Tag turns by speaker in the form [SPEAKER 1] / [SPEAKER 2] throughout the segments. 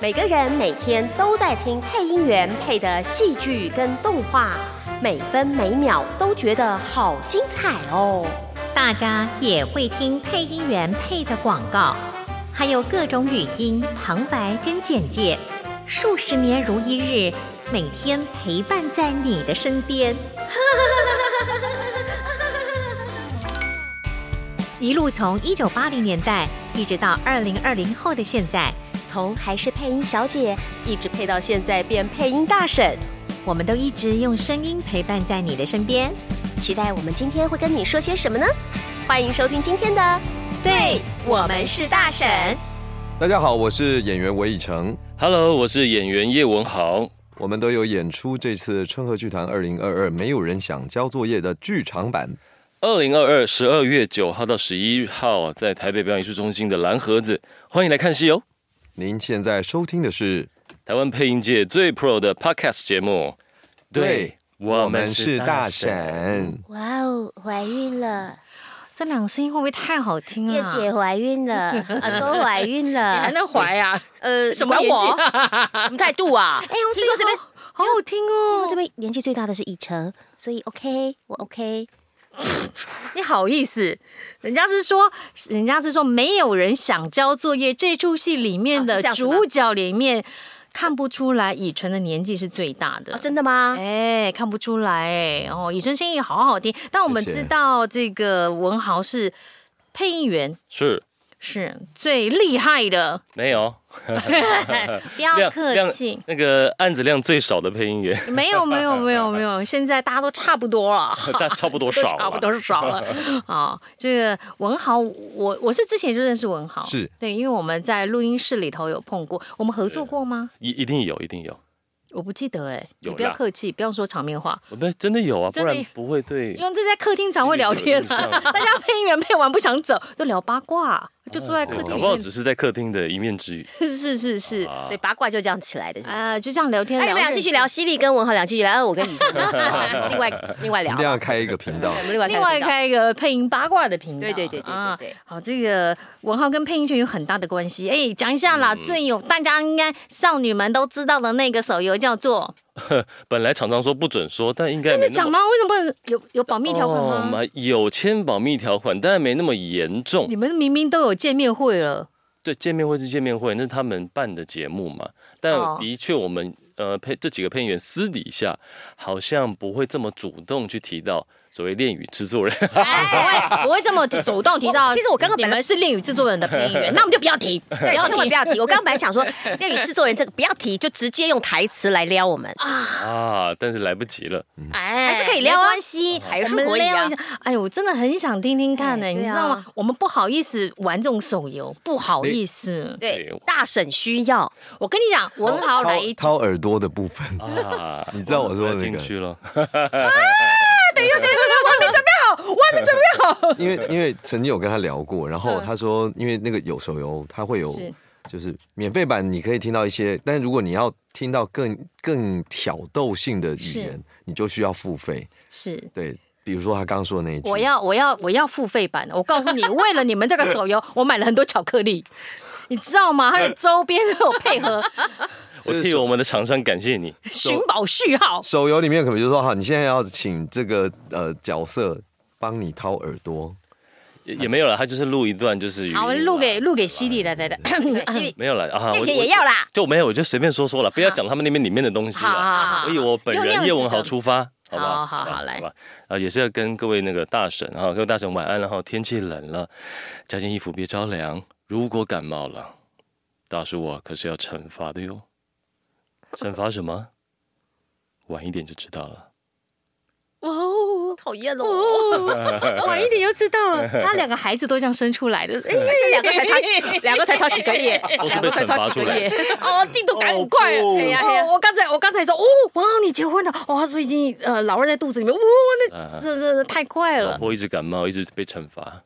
[SPEAKER 1] 每个人每天都在听配音员配的戏剧跟动画，每分每秒都觉得好精彩哦。
[SPEAKER 2] 大家也会听配音员配的广告，还有各种语音、旁白跟简介，数十年如一日，每天陪伴在你的身边。 一路从一九八零年代一直到二零二零后的现在，
[SPEAKER 1] 从还是配音小姐，一直配到现在变配音大婶，
[SPEAKER 2] 我们都一直用声音陪伴在你的身边。
[SPEAKER 1] 期待我们今天会跟你说些什么呢？欢迎收听今天的，
[SPEAKER 2] 对我们是大婶。
[SPEAKER 3] 大家好，我是演员韦以诚，
[SPEAKER 4] Hello，我是演员叶文豪。
[SPEAKER 3] 我们都有演出这次春和剧团二零二二没有人想交作业的剧场版。
[SPEAKER 4] 二零二二十二月九号到十一号，在台北表演艺术中心的蓝盒子，欢迎来看戏哦。
[SPEAKER 3] 您现在收听的是
[SPEAKER 4] 台湾配音界最 pro 的 podcast 节目，
[SPEAKER 3] 我们是大。婶，
[SPEAKER 5] 哇哦，怀孕了，
[SPEAKER 2] 这两个声音会不会太好听啊哎
[SPEAKER 5] 月
[SPEAKER 2] 了、
[SPEAKER 5] 姐怀孕 了，阿公怀孕
[SPEAKER 6] 你还
[SPEAKER 5] 了，
[SPEAKER 6] 能怀呀？
[SPEAKER 1] 呃，
[SPEAKER 6] 什么
[SPEAKER 1] 管
[SPEAKER 6] 年纪啊
[SPEAKER 1] 我？什么态度啊？
[SPEAKER 5] 哎，我们
[SPEAKER 1] 听
[SPEAKER 5] 是
[SPEAKER 1] 说这边
[SPEAKER 2] 好好听
[SPEAKER 5] 我
[SPEAKER 2] 哦
[SPEAKER 5] 这！边年纪最大的是以诚，所以 OK，我 OK。
[SPEAKER 6] 你好意思？人家是说，人家是说没有人想交作业。这出戏里面
[SPEAKER 1] 哦
[SPEAKER 6] 的
[SPEAKER 1] 是这样子吗
[SPEAKER 6] 主角里面、看不出来以纯的年纪是最大的。
[SPEAKER 1] 哦真的吗？
[SPEAKER 6] 哎、看不出来哎、哦，以纯声音好好听，但我们
[SPEAKER 3] 谢谢
[SPEAKER 6] 知道这个文豪是配音员，
[SPEAKER 4] 是
[SPEAKER 6] 是最厉害的，
[SPEAKER 4] 没有
[SPEAKER 6] 不要客气。
[SPEAKER 4] 那个案子量最少的配音员，
[SPEAKER 6] 没有没有没有没 有，现在大家都差不多了。
[SPEAKER 4] 但差不多
[SPEAKER 6] 都
[SPEAKER 4] 少啊
[SPEAKER 6] 差不
[SPEAKER 4] 了。
[SPEAKER 6] 多是少了 啊。这个文豪，我我是之前就认识文豪，
[SPEAKER 3] 是
[SPEAKER 6] 对，因为我们在录音室里头有碰过，我们合作过吗？
[SPEAKER 4] 一一定有，一定有，
[SPEAKER 6] 我不记得哎、欸，
[SPEAKER 4] 有
[SPEAKER 6] 你不要
[SPEAKER 4] 啦
[SPEAKER 6] 客气，不要说场面话，
[SPEAKER 4] 我们真的有啊，不
[SPEAKER 6] 真的
[SPEAKER 4] 然不会对
[SPEAKER 6] 因。为这在客厅常会聊天
[SPEAKER 4] 这个有印
[SPEAKER 6] 啊，
[SPEAKER 4] 象
[SPEAKER 6] 大家配音员配完不想走，就聊八卦，就坐在客厅
[SPEAKER 4] 哎搞
[SPEAKER 6] 里
[SPEAKER 4] 不好
[SPEAKER 6] 面，
[SPEAKER 4] 只是在客厅的一面之语。
[SPEAKER 6] 是是是是，
[SPEAKER 4] 啊
[SPEAKER 1] 所以八卦就这样起来的。哎，
[SPEAKER 6] 呃，就这样聊天，
[SPEAKER 1] 你们俩
[SPEAKER 6] 认
[SPEAKER 1] 继续
[SPEAKER 6] 识
[SPEAKER 1] 聊。犀利跟文豪俩继续聊，哎我跟你 另外另外
[SPEAKER 3] 一
[SPEAKER 1] 聊
[SPEAKER 3] 定。要开一个频道
[SPEAKER 1] 对我。们另外
[SPEAKER 6] 另外
[SPEAKER 1] 频道
[SPEAKER 6] 开一个配音八卦的频道，
[SPEAKER 1] 对
[SPEAKER 6] 啊
[SPEAKER 1] 对对对对对，
[SPEAKER 6] 好，这个文浩跟配音圈有很大的关系。哎，讲一下啦，最有大家应该少女们都知道的那个手游叫做，
[SPEAKER 4] 本来厂商说不准说，但应该
[SPEAKER 6] 真
[SPEAKER 4] 没
[SPEAKER 6] 的
[SPEAKER 4] 那
[SPEAKER 6] 讲
[SPEAKER 4] 么
[SPEAKER 6] 吗？为什么不能有有保密条款
[SPEAKER 4] 哦
[SPEAKER 6] 吗？
[SPEAKER 4] 嘛有签保密条款，当然没那么严重
[SPEAKER 6] 你。们明明都有见面会 了，
[SPEAKER 4] 对，见面会是见面会，那是他们办的节目嘛。但
[SPEAKER 6] 哦
[SPEAKER 4] 的确，我们呃配这几个配音员私底下好像不会这么主动去提到所谓恋与制作人。
[SPEAKER 6] 不会不会这么主动提到。
[SPEAKER 1] 我其实我刚刚
[SPEAKER 6] 你
[SPEAKER 1] 本来
[SPEAKER 6] 们是恋与制作人的配音员，那我们就不要提，不
[SPEAKER 1] 对，
[SPEAKER 6] 要
[SPEAKER 1] 千万不
[SPEAKER 6] 提
[SPEAKER 1] 要提！我刚刚本来 想说，恋与制作人这个不要提，就直接用台词来撩我们。
[SPEAKER 4] 啊，但是来不及了。
[SPEAKER 6] 哎，
[SPEAKER 1] 还是可以撩啊
[SPEAKER 6] 没关
[SPEAKER 4] 哦
[SPEAKER 6] 系，
[SPEAKER 1] 还是
[SPEAKER 6] 我们
[SPEAKER 1] 可以啊
[SPEAKER 6] 撩 一下。哎呦，我真的很想听听看呢、
[SPEAKER 1] 哎
[SPEAKER 6] 你
[SPEAKER 1] 对啊
[SPEAKER 6] 知道吗？我们不好意思玩这种手游，不好意思。
[SPEAKER 1] 对，大婶需要，
[SPEAKER 6] 我跟你讲，文豪来一
[SPEAKER 3] 掏
[SPEAKER 6] 句，
[SPEAKER 3] 掏耳朵的部 分，，
[SPEAKER 4] 啊
[SPEAKER 3] 你知道我说的那个
[SPEAKER 4] 进去了，
[SPEAKER 3] 因为因为曾经有跟他聊过，然后他说，因为那个有手游，它会有
[SPEAKER 6] 嗯是
[SPEAKER 3] 就是免费版，你可以听到一些，但如果你要听到更更挑逗性的语
[SPEAKER 6] 是
[SPEAKER 3] 言，你就需要付费。
[SPEAKER 6] 是。
[SPEAKER 3] 对，比如说他刚刚说的那一句，
[SPEAKER 6] 我要我要我要付费版的！我告诉你，为了你们这个手游，我买了很多巧克力，你知道吗？还有周边都有配合
[SPEAKER 4] 我替我们的厂商感谢你。
[SPEAKER 6] 寻宝序号，
[SPEAKER 3] 手游里面可能就说哈，你现在要请这个呃角色帮你掏耳朵，
[SPEAKER 4] 也也没有了，他就是录一段就是语音啦。
[SPEAKER 6] 好，录给录给犀利来来来，
[SPEAKER 1] 心里
[SPEAKER 4] 没有了啊，
[SPEAKER 1] 面
[SPEAKER 4] 我
[SPEAKER 1] 前也要啦。
[SPEAKER 4] 就没有，我就随便说说了，不要讲他们那边里面的东西
[SPEAKER 6] 好
[SPEAKER 4] 了。
[SPEAKER 6] 好好
[SPEAKER 4] 所以，我本
[SPEAKER 6] 用量
[SPEAKER 4] 人
[SPEAKER 6] 子
[SPEAKER 4] 叶文豪
[SPEAKER 6] 的
[SPEAKER 4] 出发，好不好？
[SPEAKER 6] 好好好来
[SPEAKER 4] 吧。啊，也是要跟各位那个大婶哈，各位大婶晚安。然后天气冷了，加件衣服别着凉。如果感冒了，大叔我可是要惩罚的哟。惩罚什么？晚一点就知道 了。
[SPEAKER 6] 哦，
[SPEAKER 1] 讨厌喽！
[SPEAKER 6] 哦，晚一点就知道了。他两个孩子都这样生出来的，哎
[SPEAKER 1] 这两个才差， 两个 才差几个 月，
[SPEAKER 4] 都是
[SPEAKER 1] 两
[SPEAKER 4] 被
[SPEAKER 1] 个才
[SPEAKER 4] 惩
[SPEAKER 1] 差
[SPEAKER 4] 罚
[SPEAKER 1] 几
[SPEAKER 4] 出
[SPEAKER 1] 个
[SPEAKER 4] 来
[SPEAKER 1] 月
[SPEAKER 4] 的。。
[SPEAKER 6] 哦，进度赶很快。
[SPEAKER 4] 哦
[SPEAKER 1] 哎呀哎呀
[SPEAKER 6] 哦，我刚才我刚才说，哦，哇，你结婚了，哇，所以已经呃老二在肚子里面，哇，那
[SPEAKER 4] 啊
[SPEAKER 6] 这这这太快
[SPEAKER 4] 老
[SPEAKER 6] 了。
[SPEAKER 4] 婆一直感冒，一直被惩罚。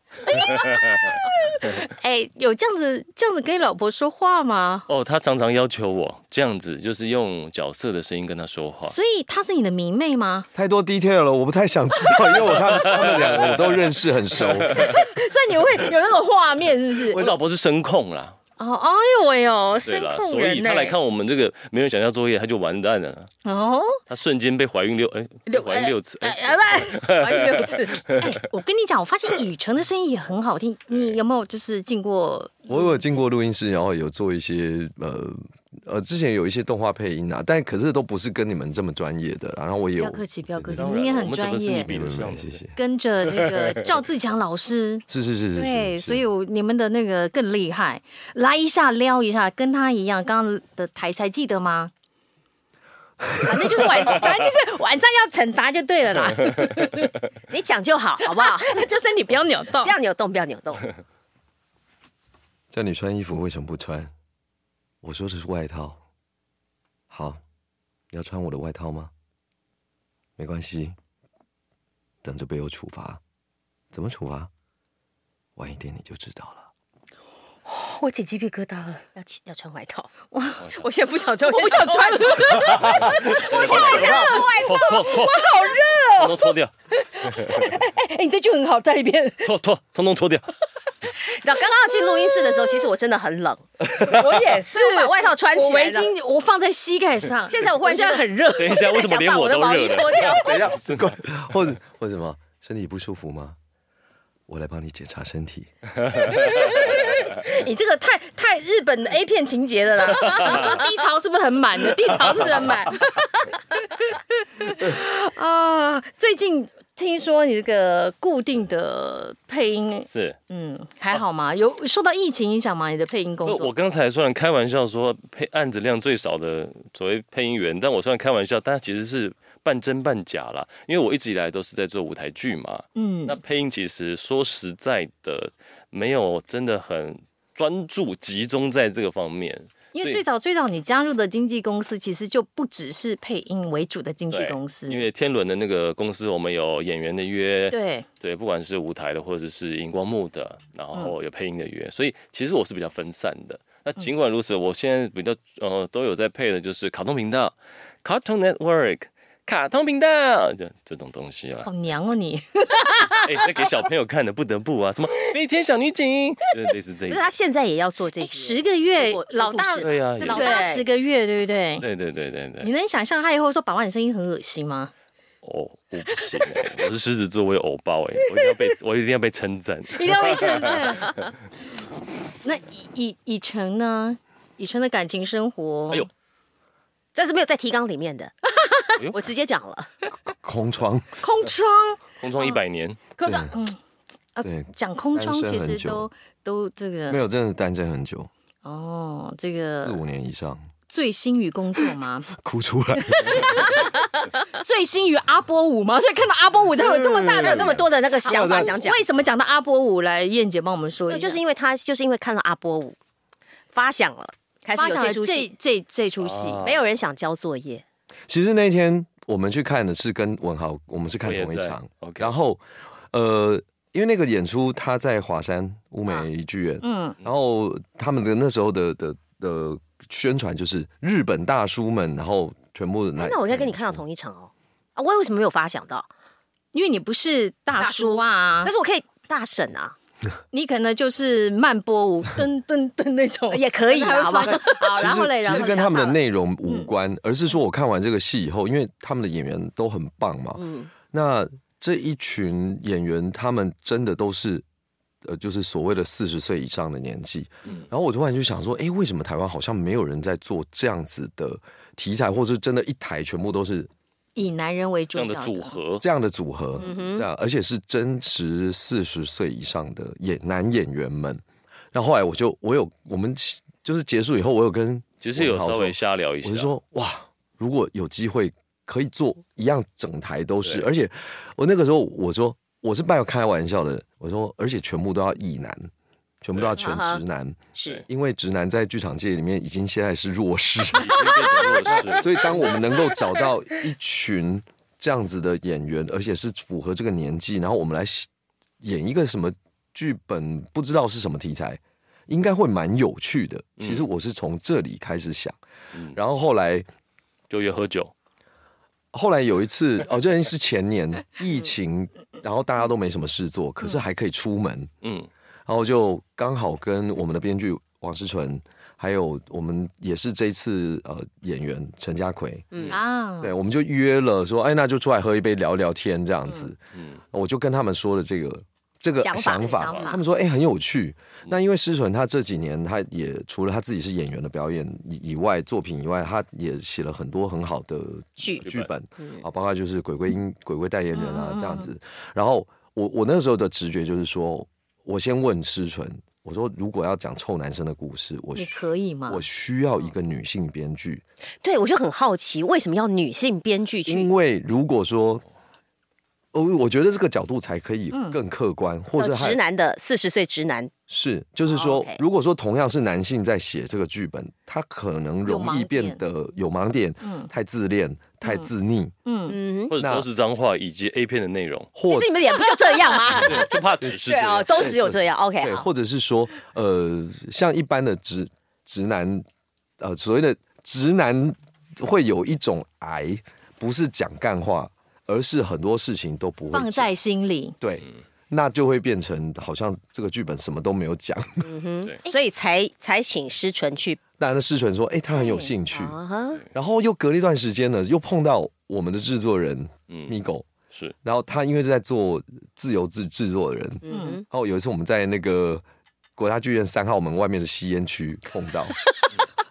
[SPEAKER 6] 哎，有这样子这样子跟你老婆说话吗？
[SPEAKER 4] 哦，她常常要求我这样子，就是用角色的声音跟她说话。
[SPEAKER 6] 所以她是你的迷妹吗？
[SPEAKER 3] 太多 detail 了，我不太想知道，因为我看他们两个 我都认识很熟，
[SPEAKER 6] 所以你会有那种画面，是不是？
[SPEAKER 4] 我老婆是声控啦，
[SPEAKER 6] 哦，哎呦喂呦，
[SPEAKER 4] 对
[SPEAKER 6] 深
[SPEAKER 4] 啦，
[SPEAKER 6] 控
[SPEAKER 4] 所以
[SPEAKER 6] 人呢、欸
[SPEAKER 4] 他来看我们这个没人想交作业，他就完蛋了。
[SPEAKER 6] 哦，
[SPEAKER 4] 他瞬间被怀孕六哎，被怀孕六次
[SPEAKER 6] 哎
[SPEAKER 4] 哎，
[SPEAKER 6] 哎 哎，
[SPEAKER 5] 怀孕六次，
[SPEAKER 6] 我跟你讲，我发现雨辰的声音也很好听。你有没有就是进过？
[SPEAKER 3] 我有进过录音室，然后有做一些呃呃，之前有一些动画配音啊，但可是都不是跟你们这么专业的啦。然后我也有嗯
[SPEAKER 6] 不要客气，不要客气，
[SPEAKER 4] 当然
[SPEAKER 6] 你也
[SPEAKER 4] 我
[SPEAKER 6] 很
[SPEAKER 4] 们整
[SPEAKER 6] 专
[SPEAKER 4] 个是你
[SPEAKER 6] 业。
[SPEAKER 4] 比得上的，
[SPEAKER 3] 谢谢，
[SPEAKER 6] 跟着那个赵自强 老师，
[SPEAKER 3] 是是是是是，
[SPEAKER 6] 对，
[SPEAKER 3] 是
[SPEAKER 6] 所以我你们的那个更厉害，来一下撩一下，跟他一样。刚刚的台词还记得吗？
[SPEAKER 5] 反正就是晚，
[SPEAKER 6] 反 正就是晚上要惩罚就对了啦，
[SPEAKER 5] 你讲就好，好不 好？
[SPEAKER 6] 就身体不要扭动
[SPEAKER 5] 不。要扭动，不要扭动。
[SPEAKER 3] 叫你穿衣服为什么不穿？我说的是外套。好，你要穿我的外套吗？没关系，等着被我处罚。怎么处罚？晚一点你就知道了。
[SPEAKER 6] 我起鸡皮疙瘩了，
[SPEAKER 5] 要起要穿外套，
[SPEAKER 6] 我现在不想穿，我
[SPEAKER 5] 我想 穿，
[SPEAKER 4] 我现在想要外套，我好
[SPEAKER 6] 哦
[SPEAKER 4] 热，通通脱掉，
[SPEAKER 6] 哎、你这句很好，在里边，
[SPEAKER 4] 脱脱，通通脱 掉。
[SPEAKER 5] 你知道刚刚进录音室的时候，其实我真的 很冷，
[SPEAKER 6] 我也是
[SPEAKER 5] 我把外套穿
[SPEAKER 6] 我
[SPEAKER 5] 起来
[SPEAKER 6] 围
[SPEAKER 5] 了。
[SPEAKER 6] 巾我放在膝盖上，
[SPEAKER 5] 现在我忽然
[SPEAKER 6] 现
[SPEAKER 5] 觉
[SPEAKER 6] 在
[SPEAKER 5] 得
[SPEAKER 6] 很热，
[SPEAKER 4] 等一下，
[SPEAKER 5] 我
[SPEAKER 4] 为
[SPEAKER 5] 现在
[SPEAKER 4] 什么
[SPEAKER 5] 想
[SPEAKER 4] 连
[SPEAKER 5] 把
[SPEAKER 4] 我
[SPEAKER 5] 我的
[SPEAKER 4] 都
[SPEAKER 5] 毛
[SPEAKER 4] 热
[SPEAKER 5] 衣
[SPEAKER 4] 了？
[SPEAKER 5] 脱 掉。
[SPEAKER 3] 等一下， 或者或者什么？身体不舒服吗？我来帮你检查身体。
[SPEAKER 6] 你这个太太日本的 A 片情节 的啦！你说低潮是不是很满的？低潮是不是很满？ 啊，最近听说你这个固定的配音，
[SPEAKER 4] 是，
[SPEAKER 6] 嗯，还好吗？有受到疫情影响吗？你的配音工
[SPEAKER 4] 不，我
[SPEAKER 6] 作？
[SPEAKER 4] 刚才虽然开玩笑说配案子量最少的所谓配音员，但我虽然开玩笑，但其实是半真半假啦。因为我一直以来都是在做舞台剧嘛，
[SPEAKER 6] 嗯
[SPEAKER 4] 那，配音其实说实在的，没有真的很专注集中在这个方面。
[SPEAKER 6] 因为
[SPEAKER 4] 对
[SPEAKER 6] 最早最早你加入的经纪公司，其实就不只是配音为主的经纪
[SPEAKER 4] 对
[SPEAKER 6] 公司，
[SPEAKER 4] 因为天伦的那个公司，我们有演员的约，
[SPEAKER 6] 对，
[SPEAKER 4] 对，不管是舞台的或者是荧光幕的，然
[SPEAKER 6] 嗯
[SPEAKER 4] 后有配音的约，所以其实我是比较分散的。那尽管如此，我现在比较呃都有在配的就是卡通频道，Cartoon Network。卡通频道这这种东西啦
[SPEAKER 6] 好，娘哦你！
[SPEAKER 4] 哎、那给小朋友看的不得不啊，什么飞天小女警，就是类似这一
[SPEAKER 5] 不
[SPEAKER 4] 种
[SPEAKER 5] 是，。他现在也要做这些。
[SPEAKER 6] 十个月
[SPEAKER 5] 说过说
[SPEAKER 6] 老
[SPEAKER 5] 故
[SPEAKER 6] 大，
[SPEAKER 5] 事
[SPEAKER 4] 对呀、也
[SPEAKER 6] 老大
[SPEAKER 5] 对
[SPEAKER 6] 十个月，对不对？
[SPEAKER 4] 对对对对对
[SPEAKER 6] 你。能想象他以后说“百万”声音很恶心吗？
[SPEAKER 4] 哦，我不行、欸，我是狮子座，我有偶包哎、我一定要被，我一定要被称赞。
[SPEAKER 6] 一定要 被称赞。那以以以晨呢？以晨的感情生活，
[SPEAKER 4] 哎呦，
[SPEAKER 5] 这是没有在提纲里面的
[SPEAKER 4] 哎呦，
[SPEAKER 5] 我直接讲了。
[SPEAKER 3] 空窗，
[SPEAKER 6] 空窗，
[SPEAKER 4] 空窗一
[SPEAKER 6] 哦
[SPEAKER 4] 百年，
[SPEAKER 6] 空窗，嗯，啊
[SPEAKER 3] 对，
[SPEAKER 6] 讲空窗
[SPEAKER 3] 单
[SPEAKER 6] 其
[SPEAKER 3] 身很
[SPEAKER 6] 实
[SPEAKER 3] 久
[SPEAKER 6] 都都这
[SPEAKER 3] 没
[SPEAKER 6] 个
[SPEAKER 3] 有，真的单身很久，
[SPEAKER 6] 哦，这
[SPEAKER 3] 四
[SPEAKER 6] 个
[SPEAKER 3] 五年以上，
[SPEAKER 6] 醉心于工作吗？
[SPEAKER 3] 哭出来。
[SPEAKER 6] 醉心于阿波舞吗？所 以看到阿波舞才有这么大
[SPEAKER 5] 他有
[SPEAKER 6] 的
[SPEAKER 5] 这么多的那个想
[SPEAKER 6] 啊
[SPEAKER 5] 法想讲，
[SPEAKER 6] 为什么讲到阿波舞来？燕姐帮我们说一
[SPEAKER 5] 对，
[SPEAKER 6] 下，
[SPEAKER 5] 就是因为他就是因为看了阿波舞，发想了，开始
[SPEAKER 6] 发
[SPEAKER 5] 有
[SPEAKER 6] 想
[SPEAKER 5] 这
[SPEAKER 6] 了
[SPEAKER 5] 出
[SPEAKER 6] 这
[SPEAKER 5] 戏，
[SPEAKER 6] 这这出戏，
[SPEAKER 3] 哦
[SPEAKER 4] 啊
[SPEAKER 5] 没有人想交作业，
[SPEAKER 3] 其实那天我们去看的是跟文豪，我们是看同一场
[SPEAKER 4] 我也在，OK
[SPEAKER 3] 然后呃，因为那个演出他在华山乌梅剧院，
[SPEAKER 6] 嗯，
[SPEAKER 3] 然后他们的那时候的的的宣传就是日本大叔们，然后全部来。
[SPEAKER 5] 啊哎那我应该跟你看到同一场哦。啊，我为什么没有发想到？
[SPEAKER 6] 因为你不是大
[SPEAKER 5] 大
[SPEAKER 6] 叔
[SPEAKER 5] 叔
[SPEAKER 6] 啊
[SPEAKER 5] 但，是我可以大婶啊，
[SPEAKER 6] 你可能就是慢波舞，噔噔噔那 种
[SPEAKER 5] 也可以
[SPEAKER 6] 他会
[SPEAKER 5] 啊，好不好
[SPEAKER 6] 发？现好，
[SPEAKER 3] 其
[SPEAKER 6] 然后嘞，
[SPEAKER 3] 实
[SPEAKER 6] 然
[SPEAKER 3] 其
[SPEAKER 6] 后
[SPEAKER 3] 实
[SPEAKER 6] 嘞
[SPEAKER 3] 跟他们的
[SPEAKER 6] 然后嘞
[SPEAKER 3] 内容
[SPEAKER 5] 嗯
[SPEAKER 3] 无关，而是说我看完这个戏以后，因为他们的演员都很棒嘛，
[SPEAKER 5] 嗯，
[SPEAKER 3] 那这一群演员，他们真的都是，呃，就是所谓的四十岁以上的年纪。
[SPEAKER 4] 嗯
[SPEAKER 3] 然后我突然就想说，哎，为什么台湾好像没有人在做这样子的题材，或是真的一台全部都是
[SPEAKER 6] 以男人为主
[SPEAKER 4] 这样的
[SPEAKER 6] 角
[SPEAKER 4] 组，合，
[SPEAKER 3] 这样的组合？
[SPEAKER 4] 嗯
[SPEAKER 3] 对啊，而且是真实四十岁以上的演男演员们。然后后来我就我有我们就是结束以后，我有跟
[SPEAKER 4] 其实有
[SPEAKER 3] 文豪
[SPEAKER 4] 稍
[SPEAKER 3] 说
[SPEAKER 4] 微瞎聊一下。
[SPEAKER 3] 我是说，哇，如果有机会可以做一样，整台都是，
[SPEAKER 4] 对
[SPEAKER 3] 而且我那个时候我说我是半开玩笑的，我说而且全部都要异男，全部都要全
[SPEAKER 5] 啊哈
[SPEAKER 3] 直男，
[SPEAKER 5] 是
[SPEAKER 3] 因为直男在剧场界里面已经现在是弱势，
[SPEAKER 4] 已经变成弱 势 了，
[SPEAKER 3] 所以当我们能够找到一群这样子的演员，而且是符合这个年纪，然后我们来演一个什么剧本，不知道是什么题材，应该会蛮有趣的。其实我是从这里开始想，
[SPEAKER 4] 嗯
[SPEAKER 3] 然后后来。
[SPEAKER 4] 就约喝酒，
[SPEAKER 3] 后来有一次，哦，这是前年疫情，然后大家都没什么事做，可是还可以出门，
[SPEAKER 4] 嗯，
[SPEAKER 3] 然后就刚好跟我们的编剧王诗纯，还有我们也是这一次呃演员陈家奎，
[SPEAKER 5] 嗯
[SPEAKER 2] 嗯
[SPEAKER 6] 啊，
[SPEAKER 3] 对，我们就约了说，哎，那就出来喝一杯聊聊天这样子。嗯，我就跟他们说了这个这个
[SPEAKER 6] 想法
[SPEAKER 3] 想法
[SPEAKER 6] 想，法嗯
[SPEAKER 3] 他们说，哎，很有趣。那因为诗纯她这几年，她也除了她自己是演员的表演以以外，作品以外，她也写了很多很好的
[SPEAKER 5] 剧
[SPEAKER 3] 剧本
[SPEAKER 6] 嗯
[SPEAKER 3] 啊，包括就是鬼鬼音鬼鬼代言人啊这样子。然后我我那时候的直觉就是说，我先问诗纯，我说如果要讲臭男生的故事，我
[SPEAKER 6] 你
[SPEAKER 3] 需
[SPEAKER 6] 可嗯以吗
[SPEAKER 3] 我？需要一个女性编剧。
[SPEAKER 5] 对，我就很好奇，为什么要女性编剧去
[SPEAKER 3] 因为如果说，哦，我觉得这个角度才可以
[SPEAKER 6] 嗯
[SPEAKER 3] 更客观，或者
[SPEAKER 5] 呃
[SPEAKER 3] 还
[SPEAKER 5] 直男的四十岁直男？
[SPEAKER 3] 是就是
[SPEAKER 5] 哦
[SPEAKER 3] 说
[SPEAKER 5] ，OK，
[SPEAKER 3] 如果说同样是男性在写这个剧本，他可能容易
[SPEAKER 6] 有盲点
[SPEAKER 3] 变得有盲点，
[SPEAKER 6] 嗯
[SPEAKER 3] 太自恋、太自溺，
[SPEAKER 6] 嗯，
[SPEAKER 5] 嗯，
[SPEAKER 4] 或者
[SPEAKER 3] 那
[SPEAKER 4] 都是脏话以及 A 片的内容，
[SPEAKER 5] 其
[SPEAKER 3] 或
[SPEAKER 5] 实你们脸不就这样吗？
[SPEAKER 4] 对， 就怕只是
[SPEAKER 5] 对
[SPEAKER 4] 这
[SPEAKER 5] 哦，
[SPEAKER 4] 样。
[SPEAKER 5] 都只有这样。OK，
[SPEAKER 3] 对，
[SPEAKER 5] 好
[SPEAKER 3] 或者是说，呃，像一般的直直男，呃，所谓的直男会有一种癌，不是讲干话，而是很多事情都不会
[SPEAKER 6] 放
[SPEAKER 3] 讲
[SPEAKER 6] 在心里。
[SPEAKER 3] 对。那就会变成好像这个剧本什么都没有讲，
[SPEAKER 5] 嗯所以才才请诗纯去
[SPEAKER 3] 那那诗纯说，哎、他很有兴趣。
[SPEAKER 5] 啊哈，
[SPEAKER 3] 然后又隔了一段时间呢，又碰到我们的制作人
[SPEAKER 4] 嗯，
[SPEAKER 3] Migo，
[SPEAKER 4] 是
[SPEAKER 3] 然后他因为是在做自由制制作人，然
[SPEAKER 5] 嗯，
[SPEAKER 3] 后有一次我们在那个国家剧院三号门外面的吸烟区碰到，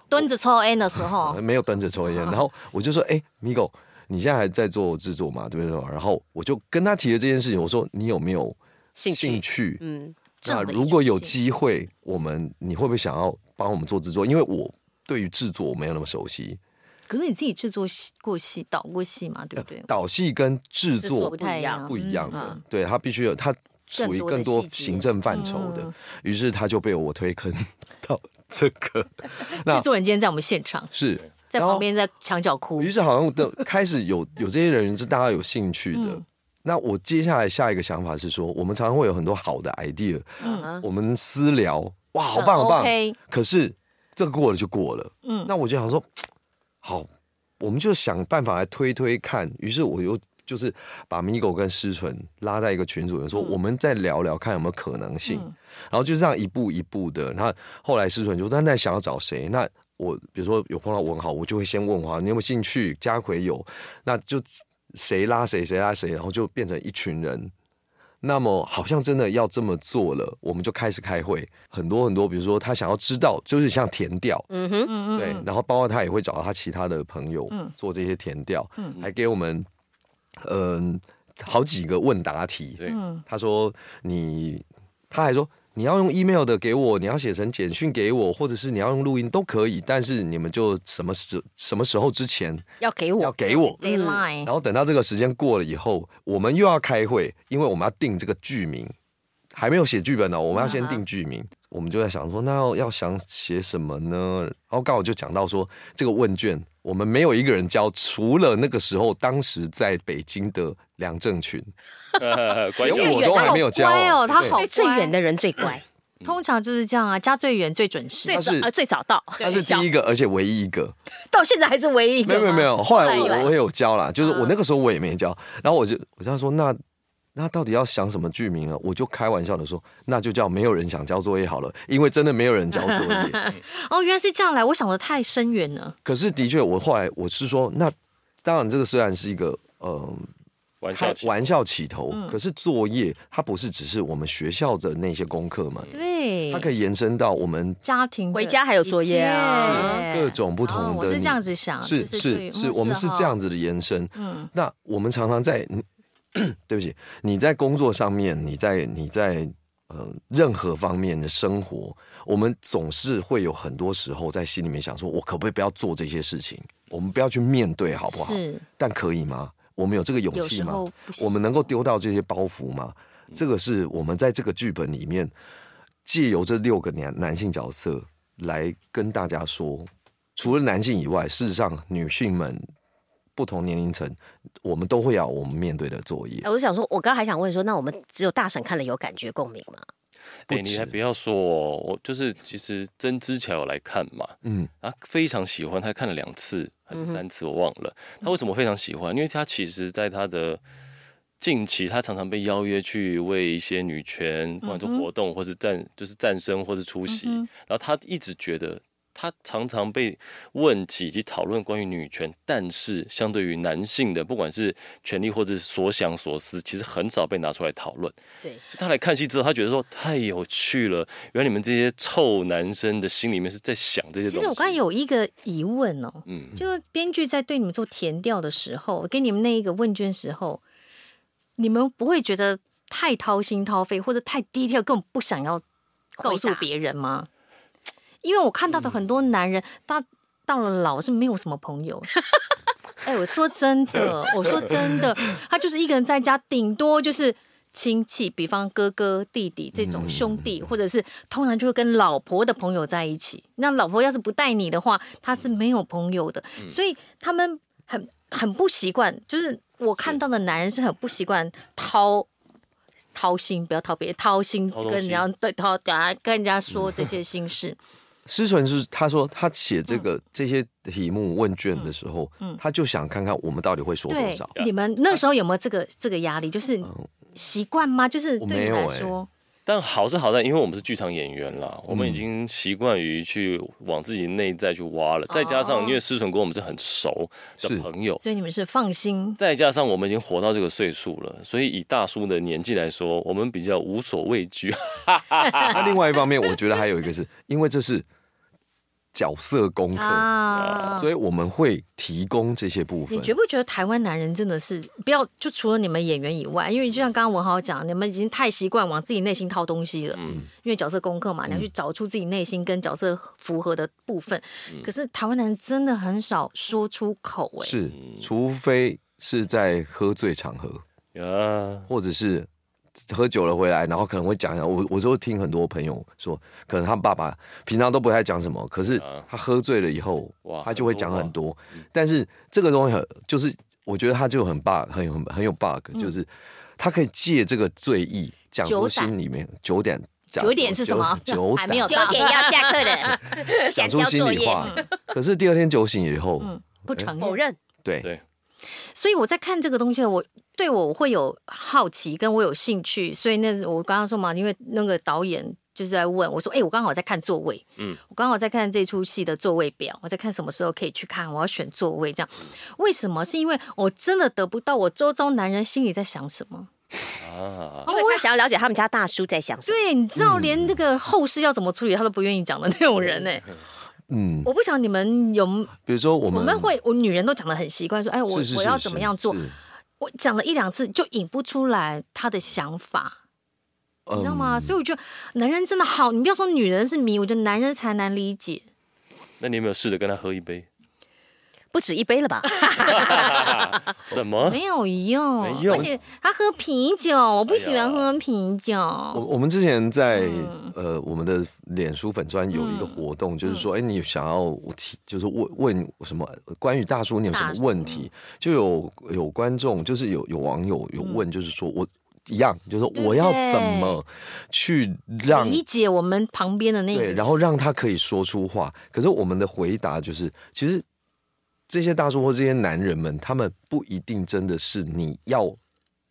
[SPEAKER 6] 蹲着抽 N 的时 候，
[SPEAKER 3] 没有蹲着抽烟，然后我就说，哎、m i g o 你现在还在做制作嘛？对不对？然后我就跟他提了这件事情，我说你有没有
[SPEAKER 5] 兴趣
[SPEAKER 3] 趣
[SPEAKER 5] 嗯，
[SPEAKER 6] 这
[SPEAKER 3] 那
[SPEAKER 6] 样的
[SPEAKER 3] 如果有
[SPEAKER 6] 艺术性
[SPEAKER 3] 机会，我们你会不会想要帮我们做制作？因为我对于制作我没有那么熟悉，
[SPEAKER 6] 可是你自己制作戏过戏、导过戏嘛，对不对？
[SPEAKER 3] 导戏跟制
[SPEAKER 5] 制作
[SPEAKER 3] 作
[SPEAKER 5] 不
[SPEAKER 6] 太一样
[SPEAKER 3] 不一样的，
[SPEAKER 6] 嗯嗯
[SPEAKER 3] 对它必须有它属于更
[SPEAKER 6] 更
[SPEAKER 3] 多
[SPEAKER 6] 多的细节
[SPEAKER 3] 行政范畴的
[SPEAKER 6] 嗯，
[SPEAKER 3] 于、是他就被我推坑到这 个，那
[SPEAKER 6] 制作人今天在我们现场，
[SPEAKER 3] 是
[SPEAKER 6] 在
[SPEAKER 3] 然后
[SPEAKER 6] 旁边在墙角哭嗯
[SPEAKER 3] 于。是好像的开始有有这些人是大家有兴趣的。
[SPEAKER 6] 嗯
[SPEAKER 3] 那我接下来下一个想法是说，我们常常会有很多好的 idea，、
[SPEAKER 6] 嗯
[SPEAKER 3] 我们私聊，哇，好棒好棒。嗯
[SPEAKER 6] OK，
[SPEAKER 3] 可是这个过了就过了，
[SPEAKER 6] 嗯
[SPEAKER 3] 那我就想说，好，我们就想办法来推推看。于是我又就是把 Migo 跟诗纯拉在一个群组里面，说我们再聊聊看有没有可能性。
[SPEAKER 6] 嗯
[SPEAKER 3] 然后就这样一步一步的。那后来诗纯就说：“那那想要找谁？”那我比如说有碰到文豪，我就会先问文豪：“你有没有兴趣？”家奎有，那就谁拉谁，谁拉谁，然后就变成一群人。那么好像真的要这么做了，我们就开始开会，很多很多，比如说他想要知道，就是像填调，
[SPEAKER 5] 嗯哼，
[SPEAKER 6] 嗯
[SPEAKER 3] 对，
[SPEAKER 6] 嗯
[SPEAKER 3] 然后包括他也会找到他其他的朋友
[SPEAKER 6] 嗯
[SPEAKER 3] 做这些填调，
[SPEAKER 6] 嗯
[SPEAKER 3] 还给我们嗯、好几个问答题。
[SPEAKER 4] 对，
[SPEAKER 6] 嗯，
[SPEAKER 3] 他说你，他还说你要用 email 的给我，你要写成简讯给我，或者是你要用录音都可以，但是你们就什么时什么时候之前
[SPEAKER 5] 要给
[SPEAKER 3] 要
[SPEAKER 5] 我，
[SPEAKER 3] 给我。
[SPEAKER 6] d a y l i n
[SPEAKER 3] 然
[SPEAKER 6] e
[SPEAKER 3] 后等到这个时间过了以后，我们又要开会，因为我们要定这个剧名，还没有写剧本呢，我们要先定剧名。我们就在想说，那要要想写什么呢？然后刚好就讲到说，这个问卷我们没有一个人交，除了那个时候当时在北京的梁正群，
[SPEAKER 4] 关
[SPEAKER 3] 连
[SPEAKER 4] 小
[SPEAKER 3] 我都还没有交
[SPEAKER 6] 他好乖哦他
[SPEAKER 3] 对
[SPEAKER 6] 好
[SPEAKER 5] 所以最远的人最乖，
[SPEAKER 6] 通常就是这样啊，家最远最准时
[SPEAKER 5] 最，
[SPEAKER 3] 嗯
[SPEAKER 6] 啊
[SPEAKER 3] 他
[SPEAKER 5] 早
[SPEAKER 3] 是
[SPEAKER 5] 呃最早到，
[SPEAKER 6] 哦
[SPEAKER 3] 他是第一个，而且唯一一个。
[SPEAKER 6] 到现在还是唯一 一
[SPEAKER 3] 没
[SPEAKER 6] 个
[SPEAKER 3] 有
[SPEAKER 6] 吗。
[SPEAKER 3] 没有没有，后来
[SPEAKER 6] 后
[SPEAKER 3] 我
[SPEAKER 6] 来有啊嗯
[SPEAKER 3] 我也有交啦，就是我那个时候我也没交，然后我就我就说那那到底要想什么剧名啊？我就开玩笑的说，那就叫没有人想交作业好了，因为真的没有人交作 业。
[SPEAKER 6] 哦，原来是这样来，我想的太深远了。
[SPEAKER 3] 可是的确，我后来我是说，那当然这个虽然是一个呃
[SPEAKER 4] 玩笑
[SPEAKER 3] 开
[SPEAKER 4] 起
[SPEAKER 3] 玩笑起头，
[SPEAKER 6] 嗯
[SPEAKER 3] 可是作业它不是只是我们学校的那些功课嘛，
[SPEAKER 6] 对
[SPEAKER 3] 它，可以延伸到我们
[SPEAKER 6] 家庭的
[SPEAKER 5] 回家还有作业啊
[SPEAKER 6] 一切
[SPEAKER 3] 各种不同的
[SPEAKER 6] 哦我是这样子想，
[SPEAKER 3] 是
[SPEAKER 6] 就是对
[SPEAKER 3] 是，
[SPEAKER 6] 嗯
[SPEAKER 3] 我们是
[SPEAKER 6] 哈
[SPEAKER 3] 这样子的延伸。
[SPEAKER 6] 嗯
[SPEAKER 3] 那我们常常在， 嗯对不起，你在工作上面，你在你在呃任何方面的生活，我们总是会有很多时候在心里面想说，我可不可以不要做这些事情？我们不要去面对，好不好？
[SPEAKER 6] 是
[SPEAKER 3] 但可以吗？我们有这个勇
[SPEAKER 6] 有
[SPEAKER 3] 气
[SPEAKER 6] 时
[SPEAKER 3] 吗
[SPEAKER 6] 候？不行
[SPEAKER 3] 我们能够丢到这些包袱吗？
[SPEAKER 6] 嗯
[SPEAKER 3] 这个是我们在这个剧本里面，借由这六个男男性角色来跟大家说，除了男性以外，事实上女性们不同年龄层，我们都会要我们面对的作业
[SPEAKER 5] 哎，。
[SPEAKER 6] 哦
[SPEAKER 5] 我就想说，我刚还想问说，那我们只有大婶看了有感觉共鸣 吗？
[SPEAKER 3] 不
[SPEAKER 4] 哎、你还
[SPEAKER 3] 止
[SPEAKER 4] 不要说、哦，我就是其实曾之乔有来看嘛，
[SPEAKER 3] 嗯，
[SPEAKER 4] 啊，非常喜欢，他看了
[SPEAKER 6] 嗯
[SPEAKER 4] 两次还是三次，我忘了。他为什么非常喜欢？因为他其实在他的近期他常常被邀约去为一些女权，不管是活动或是站，就是站身或是出席，
[SPEAKER 6] 嗯
[SPEAKER 4] 然后他一直觉得。他常常被问起以及讨论关于女权，但是相对于男性的，不管是权利或者是所想所思，其实很少被拿出来讨论。
[SPEAKER 5] 对，
[SPEAKER 4] 他来看戏之后，他觉得说太有趣了，原来你们这些臭男生的心里面是在想这些东西。
[SPEAKER 6] 其实我刚才有一个疑问哦，
[SPEAKER 4] 嗯，
[SPEAKER 6] 就编剧在对你们做填调的时候，给你们那一个问卷时候，你们不会觉得太掏心掏肺，或者太 detail，根本不想要告诉
[SPEAKER 5] 回答
[SPEAKER 6] 别人吗？因为我看到
[SPEAKER 3] 嗯
[SPEAKER 6] 的很多男人，他到了老是没有什么朋友。哎，我说真的，我说真的，他就是一个人在家，顶多就是亲戚，比方哥哥、弟弟这
[SPEAKER 4] 嗯
[SPEAKER 6] 种兄弟，或者是通常就会跟老婆的朋友在一起。那老婆要是不带你的话，他是没有朋友的，
[SPEAKER 4] 嗯
[SPEAKER 6] 所以他们很很不习惯。就是我看到的男人是很不习惯掏。掏心，不要掏别人，掏心
[SPEAKER 4] 掏东
[SPEAKER 6] 跟人家
[SPEAKER 4] 西
[SPEAKER 6] 对掏，等下跟人家说这些心事。
[SPEAKER 3] 思纯是他说他写这个、这些题目问卷的时候，
[SPEAKER 6] 嗯嗯嗯
[SPEAKER 3] 他就想看看我们到底会说多
[SPEAKER 6] 对
[SPEAKER 3] 少。，嗯
[SPEAKER 6] 你们那时候有没有这个这个压力？就是习惯吗？就是
[SPEAKER 3] 我
[SPEAKER 6] 对
[SPEAKER 3] 没
[SPEAKER 6] 你
[SPEAKER 3] 有
[SPEAKER 6] 来
[SPEAKER 3] 欸
[SPEAKER 6] 说，
[SPEAKER 4] 但好是好在，因为我们是剧场演员啦，我们已经习惯于去往自己内在去挖了。再加上因为思纯跟我们是很熟的
[SPEAKER 3] 是
[SPEAKER 4] 朋友，
[SPEAKER 6] 所以你们是放心。
[SPEAKER 4] 再加上我们已经活到这个岁数了，所以以大叔的年纪来说，我们比较无所畏惧。
[SPEAKER 3] 那另外一方面，我觉得还有一个是因为这是角色功课，
[SPEAKER 6] 啊
[SPEAKER 3] 所以我们会提供这些部分
[SPEAKER 6] 你。觉不觉得台湾男人真的是不要就除了你们演员以外，因为就像刚刚文豪讲，你们已经太习惯往自己内心掏东西 了，
[SPEAKER 4] 嗯
[SPEAKER 6] 因为角色功课嘛，你要去找出自己内心跟角色符合的部分。可是台湾男人真的很少说出口、
[SPEAKER 3] 嗯
[SPEAKER 6] 欸，
[SPEAKER 3] 是，除非是在喝醉场合，
[SPEAKER 4] 啊，
[SPEAKER 3] 或者是喝酒了回来，然后可能会讲一讲。我我就听很多朋友说，可能他爸爸平常都不太讲什么，可是
[SPEAKER 4] 啊
[SPEAKER 3] 他喝醉了以后，
[SPEAKER 4] 哇
[SPEAKER 3] 他就会讲很多。但是这个东西很，就是我觉得他就很 bug，很有很很有 bug，、就是
[SPEAKER 6] 嗯
[SPEAKER 3] 他可以借这个醉意讲出
[SPEAKER 6] 酒胆
[SPEAKER 3] 心里面九点。讲
[SPEAKER 6] 九点是什么
[SPEAKER 3] 九九
[SPEAKER 6] 还没有
[SPEAKER 5] 九点要下课了，不想
[SPEAKER 3] 讲
[SPEAKER 5] 交
[SPEAKER 3] 出心
[SPEAKER 5] 作
[SPEAKER 3] 里
[SPEAKER 5] 业。
[SPEAKER 3] 话，可是第二天酒醒以后，
[SPEAKER 6] 嗯，不承认
[SPEAKER 1] 否。认。
[SPEAKER 3] 对
[SPEAKER 4] 对
[SPEAKER 6] 所以我在看这个东西，我对我会有好奇，跟我有兴趣，所以那我刚刚说嘛，因为那个导演就是在问我说：“哎、我刚好在看座位，
[SPEAKER 4] 嗯
[SPEAKER 6] 嗯，我刚好在看这出戏的座位表，我在看什么时候可以去看，我要选座位。”这样
[SPEAKER 3] 嗯
[SPEAKER 6] 为什么？是因为我真的得不到我周遭男人心里在想什
[SPEAKER 3] 嗯
[SPEAKER 6] 么。
[SPEAKER 4] 啊，
[SPEAKER 5] 因为他想要了解他们家大叔在想什么。
[SPEAKER 6] 对，你
[SPEAKER 3] 嗯
[SPEAKER 6] 知道连那个后事要怎么处理，他都不愿意讲的那种人呢、
[SPEAKER 3] 嗯，
[SPEAKER 6] 我不想你们有，我
[SPEAKER 3] 比如说我们
[SPEAKER 6] 们会，我女人都讲的很习惯，说：“哎，我
[SPEAKER 3] 是是
[SPEAKER 6] 我
[SPEAKER 3] 是
[SPEAKER 6] 要怎么
[SPEAKER 3] 是
[SPEAKER 6] 样做
[SPEAKER 3] 是？”
[SPEAKER 6] 我讲了一两次就引不出来他的想法。你知道吗？
[SPEAKER 3] 嗯
[SPEAKER 6] 所以我觉得男人真的好，你不要说女人是迷，我觉得男人才难理解。
[SPEAKER 4] 那你有没有试着跟他喝一杯？
[SPEAKER 1] 不止一杯了吧？
[SPEAKER 4] 什么？
[SPEAKER 6] 啊没有用，
[SPEAKER 4] 没用
[SPEAKER 6] 而且他喝啤酒，我不喜
[SPEAKER 4] 哎呀
[SPEAKER 6] 欢喝啤酒。
[SPEAKER 3] 我我们之前在、
[SPEAKER 6] 嗯
[SPEAKER 3] 呃我们的脸书粉专有一个活动，就是
[SPEAKER 6] 嗯
[SPEAKER 3] 说，哎、你想要我提，就是问问什么关于大叔你有什么
[SPEAKER 6] 大叔
[SPEAKER 3] 问题？就有有观众，就是有有网友有问，就是说我。一样，就是说
[SPEAKER 6] 嗯对
[SPEAKER 3] 我要怎么去让
[SPEAKER 6] 理解我们旁边的那
[SPEAKER 3] 对，
[SPEAKER 6] 个，
[SPEAKER 3] 然后让他可以说出话。可是我们的回答就是，其实这些大叔或这些男人们，他们不一定真的是你要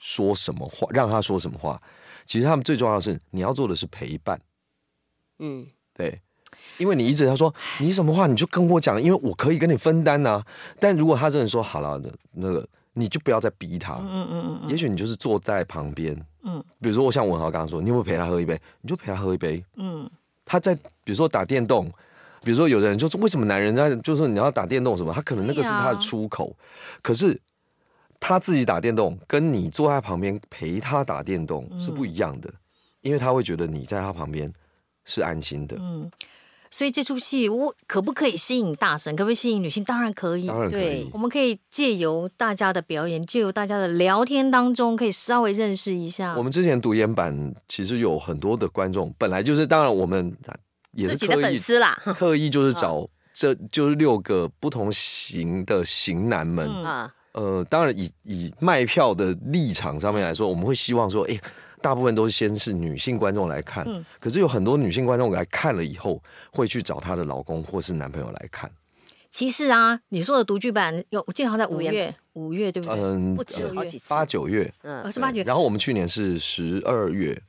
[SPEAKER 3] 说什么话，让他说什么话。其实他们最重要的是，你要做的是陪伴。
[SPEAKER 5] 嗯，
[SPEAKER 3] 对，因为你一直他说你什么话，你就跟我讲，因为我可以跟你分担呐、但如果他真的说好了的那个，你就不要再逼他。
[SPEAKER 6] 嗯嗯嗯嗯
[SPEAKER 3] 也许你就是坐在旁边，
[SPEAKER 6] 嗯
[SPEAKER 3] 嗯，比如说我像文豪刚刚说，你有没有陪他喝一杯？你就陪他喝一杯，
[SPEAKER 6] 嗯，
[SPEAKER 3] 他在比如说打电动，比如说有的人就是为什么男人在就是你要打电动什么，他可能那个是他的出口，
[SPEAKER 1] 哎
[SPEAKER 3] 可是他自己打电动跟你坐在旁边陪他打电动
[SPEAKER 1] 嗯
[SPEAKER 3] 是不一样的，因为他会觉得你在他旁边是安心的，
[SPEAKER 1] 嗯
[SPEAKER 6] 所以这出戏我可不可以吸引大神？可不可以吸引女性？当然可以。
[SPEAKER 3] 当然可以
[SPEAKER 6] 我。们可以借由大家的表演，借由大家的聊天当中，可以稍微认识一下
[SPEAKER 3] 我们之前读研版其实有很多的观众，本来就是当然我们也
[SPEAKER 1] 自
[SPEAKER 3] 是
[SPEAKER 1] 己的
[SPEAKER 3] 刻
[SPEAKER 1] 粉
[SPEAKER 3] 意
[SPEAKER 1] 丝啦，
[SPEAKER 3] 刻意就是找这就是六个不同型的型男们，
[SPEAKER 5] 嗯
[SPEAKER 1] 啊，
[SPEAKER 3] 呃，当然以以卖票的立场上面来说，我们会希望说，哎、大部分都是先是女性观众来看，可是有很多女性观众来看了以后，会去找她的老公或是男朋友来看，
[SPEAKER 6] 其实啊，你说的独剧版有，我记得好像在五
[SPEAKER 1] 独眼
[SPEAKER 6] 月，五五月对不对？
[SPEAKER 3] 嗯，
[SPEAKER 5] 不止
[SPEAKER 3] 呃
[SPEAKER 5] 好几次，
[SPEAKER 3] 八九月，
[SPEAKER 6] 呃，
[SPEAKER 5] 嗯，
[SPEAKER 6] 是八
[SPEAKER 3] 对
[SPEAKER 6] 月。
[SPEAKER 3] 然后我们去年是十二月，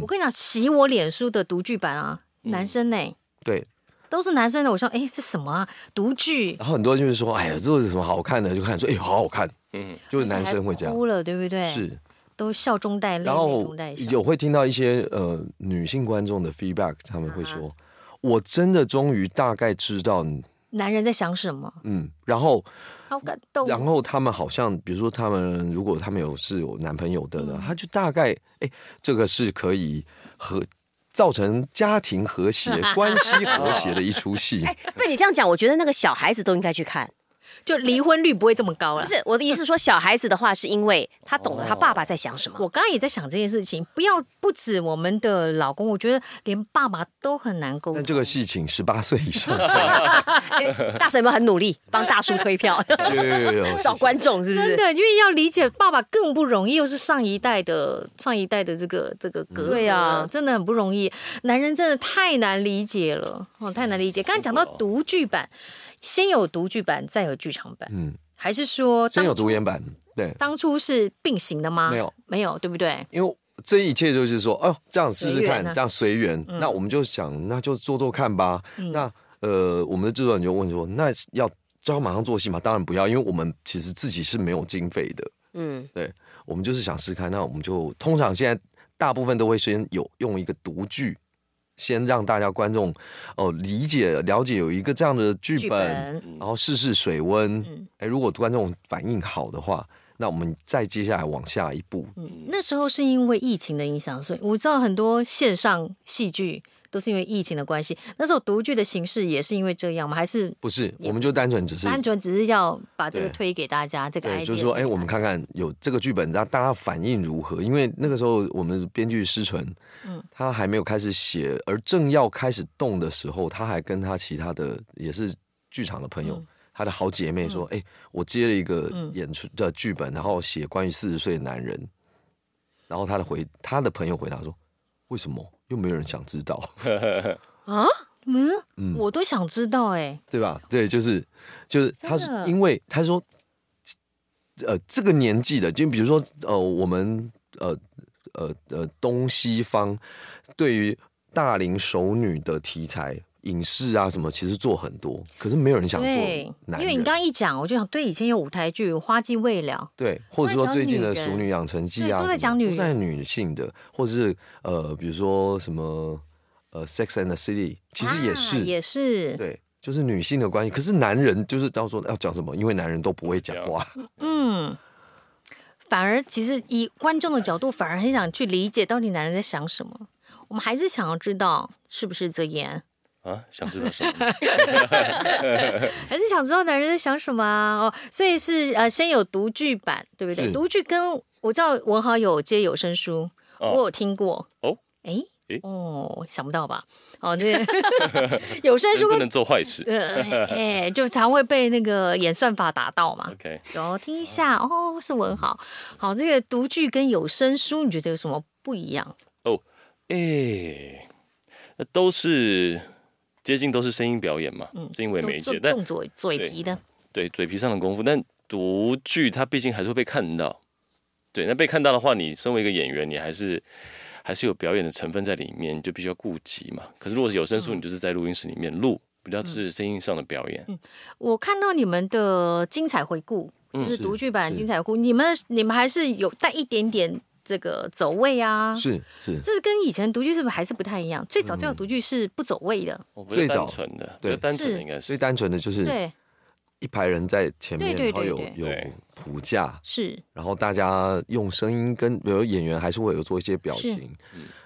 [SPEAKER 6] 我跟你讲，洗我脸书的独剧版啊，男生呢、
[SPEAKER 3] 对。
[SPEAKER 6] 都是男生的。我说，哎，这什么啊？独剧，
[SPEAKER 3] 然后很多人就是说，哎呀，这有什么好看的？就看说，哎，好好看，
[SPEAKER 4] 嗯，
[SPEAKER 3] 就是男生会这样
[SPEAKER 6] 哭。了，对不对？，
[SPEAKER 3] 是，
[SPEAKER 6] 都笑中带泪，
[SPEAKER 3] 然
[SPEAKER 6] 泪
[SPEAKER 3] 后
[SPEAKER 6] 中带笑。
[SPEAKER 3] 有会听到一些呃女性观众的 feedback，他们
[SPEAKER 5] 啊
[SPEAKER 3] 会说，我真的终于大概知道，
[SPEAKER 6] 男人在想什么？
[SPEAKER 3] 嗯，然后
[SPEAKER 6] 好感动。
[SPEAKER 3] 然后他们好像，比如说他们如果他们有是有男朋友的，
[SPEAKER 5] 嗯
[SPEAKER 3] 他就大概哎，这个是可以和造成家庭 和谐、关系和谐的一出戏。
[SPEAKER 5] 被你这样讲，我觉得那个小孩子都应该去看。
[SPEAKER 6] 就离婚率不会这么高了
[SPEAKER 5] 不。是我的意思，说小孩子的话，是因为他懂
[SPEAKER 3] 哦
[SPEAKER 5] 得他爸爸在想什么。
[SPEAKER 6] 我刚刚也在想这件事情，不要不止我们的老公，我觉得连爸爸都很难沟
[SPEAKER 3] 但
[SPEAKER 6] 通。
[SPEAKER 3] 这个戏请十八岁以上，
[SPEAKER 5] 大婶们很努力帮大叔推票，
[SPEAKER 3] 有有有有
[SPEAKER 5] 找观众是不
[SPEAKER 6] 真
[SPEAKER 5] 是？
[SPEAKER 6] 的，因为要理解爸爸更不容易，又是上一代的上一代的这个这个
[SPEAKER 3] 嗯
[SPEAKER 6] 隔阂了
[SPEAKER 5] 对啊
[SPEAKER 6] 真的很不容易。男人真的太难理解了，哦，太难理解。刚才讲到独剧版，先有独剧版，再有剧场版，
[SPEAKER 3] 嗯，
[SPEAKER 6] 还是说
[SPEAKER 3] 真有
[SPEAKER 6] 当初
[SPEAKER 3] 独眼版，对，
[SPEAKER 6] 当初是并行的
[SPEAKER 5] 啊
[SPEAKER 6] 吗？
[SPEAKER 3] 没有，
[SPEAKER 6] 没有，对不对？
[SPEAKER 3] 因为这一切就是说，哦，这样试试
[SPEAKER 6] 随
[SPEAKER 3] 看
[SPEAKER 6] 缘，啊
[SPEAKER 3] 这样随缘。那我们就想，那就做做看吧。那呃，我们的制作人就问说，那要就要马上做戏吗？当然不要，因为我们其实自己是没有经费的。
[SPEAKER 5] 嗯，
[SPEAKER 3] 对，我们就是想试试看。那我们就通常现在大部分都会先有用一个独剧，先让大家观众哦、理解了解有一个这样的剧
[SPEAKER 6] 剧
[SPEAKER 3] 本，
[SPEAKER 6] 本
[SPEAKER 3] 然后试试水温。哎、
[SPEAKER 6] 嗯
[SPEAKER 3] 如果观众反应好的话，那我们再接下来往下一步。
[SPEAKER 6] 那时候是因为疫情的影响，所以我知道很多线上戏剧都是因为疫情的关系。那时候独剧的形式也是因为这样吗？还是
[SPEAKER 3] 不是，
[SPEAKER 6] 也
[SPEAKER 3] 我们就单纯只是
[SPEAKER 6] 单纯只是要把这个
[SPEAKER 3] 对
[SPEAKER 6] 推给大家？这个 idea
[SPEAKER 3] 对，就是说，哎、
[SPEAKER 6] 给大家
[SPEAKER 3] 我们看看有这个剧本，那大家反应如何？因为那个时候我们的编剧施纯，嗯，他还没有开始写，而正要开始动的时候，他还跟他其他的也是剧场的朋
[SPEAKER 6] 嗯
[SPEAKER 3] 友，他的好姐妹说，哎、我接了一个演出的剧本，然后写关于四十岁的男人，然后他的回他的朋友回答说，为什么又没有人想知道，
[SPEAKER 6] 啊，嗯，我都想知道哎、
[SPEAKER 3] 对吧？对，就是就是，他是
[SPEAKER 6] 真的
[SPEAKER 3] 因为他说，呃，这个年纪的，就比如说呃，我们呃呃呃东西方对于大龄熟女的题材。影视啊，什么其实做很多，可是没有人想做
[SPEAKER 6] 对，
[SPEAKER 3] 男人，
[SPEAKER 6] 因为你刚刚一讲，我就想，对，以前有舞台剧《花季未了
[SPEAKER 3] 对，或者说最近的《
[SPEAKER 6] 都在讲女人
[SPEAKER 3] 熟女养成记》啊，
[SPEAKER 6] 对都在
[SPEAKER 3] 什么
[SPEAKER 6] 讲女
[SPEAKER 3] 都在女性的，或者是呃，比如说什么呃，《Sex and the City》，》，其实也是、
[SPEAKER 6] 啊也是，
[SPEAKER 3] 对，就是女性的关系。可是男人就是到时候要讲什么，因为男人都不会讲话。
[SPEAKER 6] 嗯。反而，其实以观众的角度，反而很想去理解到底男人在想什么。我们还是想要知道是不是这样。
[SPEAKER 4] 啊，想知道什 么？
[SPEAKER 6] 还是想知道男人在想什么啊？哦，所以是呃，先有独剧版，对不对？
[SPEAKER 3] 是
[SPEAKER 6] 独剧跟我知道文豪有接有声书，
[SPEAKER 4] 哦
[SPEAKER 6] 我有听过。
[SPEAKER 4] 哦，
[SPEAKER 6] 哎
[SPEAKER 4] 诶，
[SPEAKER 6] 哦，想不到吧？哦， 对，有声
[SPEAKER 4] 人
[SPEAKER 6] 书
[SPEAKER 4] 不
[SPEAKER 6] 跟
[SPEAKER 4] 能做坏事。
[SPEAKER 6] 呃，哎，就常会被那个演算法打到嘛。
[SPEAKER 4] OK，
[SPEAKER 6] 然后听一下，哦，是文豪。好，这个独剧跟有声书，你觉得有什么不一样？
[SPEAKER 4] 哎、那都是接近都是声音表演嘛，是因为
[SPEAKER 6] 嗯都
[SPEAKER 4] 媒
[SPEAKER 6] 做
[SPEAKER 4] 介，但
[SPEAKER 6] 动作嘴
[SPEAKER 4] 对
[SPEAKER 6] 皮的，
[SPEAKER 4] 对嘴皮上的功夫，但读剧它毕竟还是会被看到。对，那被看到的话，你身为一个演员，你还是还是有表演的成分在里面，你就必须要顾及嘛。可是如果是有声
[SPEAKER 6] 嗯
[SPEAKER 4] 书，你就是在录音室里面录，比较是声音上的表演。
[SPEAKER 6] 嗯我看到你们的精彩回顾，
[SPEAKER 4] 嗯
[SPEAKER 6] 就是
[SPEAKER 3] 是
[SPEAKER 6] 独剧版
[SPEAKER 3] 是
[SPEAKER 6] 精彩回顾，你们你们还是有带一点点这个走位啊。
[SPEAKER 3] 是嗯是，
[SPEAKER 6] 这跟以前独剧是不是还是不太一样？最早最早独剧是不走位的，
[SPEAKER 4] 我不是
[SPEAKER 3] 最早
[SPEAKER 4] 单纯的，
[SPEAKER 3] 对
[SPEAKER 4] 比较单纯的
[SPEAKER 6] 是
[SPEAKER 4] 应该
[SPEAKER 3] 最
[SPEAKER 4] 是
[SPEAKER 3] 单纯的就是
[SPEAKER 6] 对，
[SPEAKER 3] 一排人在前面，
[SPEAKER 6] 对对
[SPEAKER 3] 然后有
[SPEAKER 6] 对
[SPEAKER 3] 有
[SPEAKER 4] 对
[SPEAKER 3] 谱架，
[SPEAKER 6] 是
[SPEAKER 3] 然后大家用声音跟比如演员还是会有做一些表情。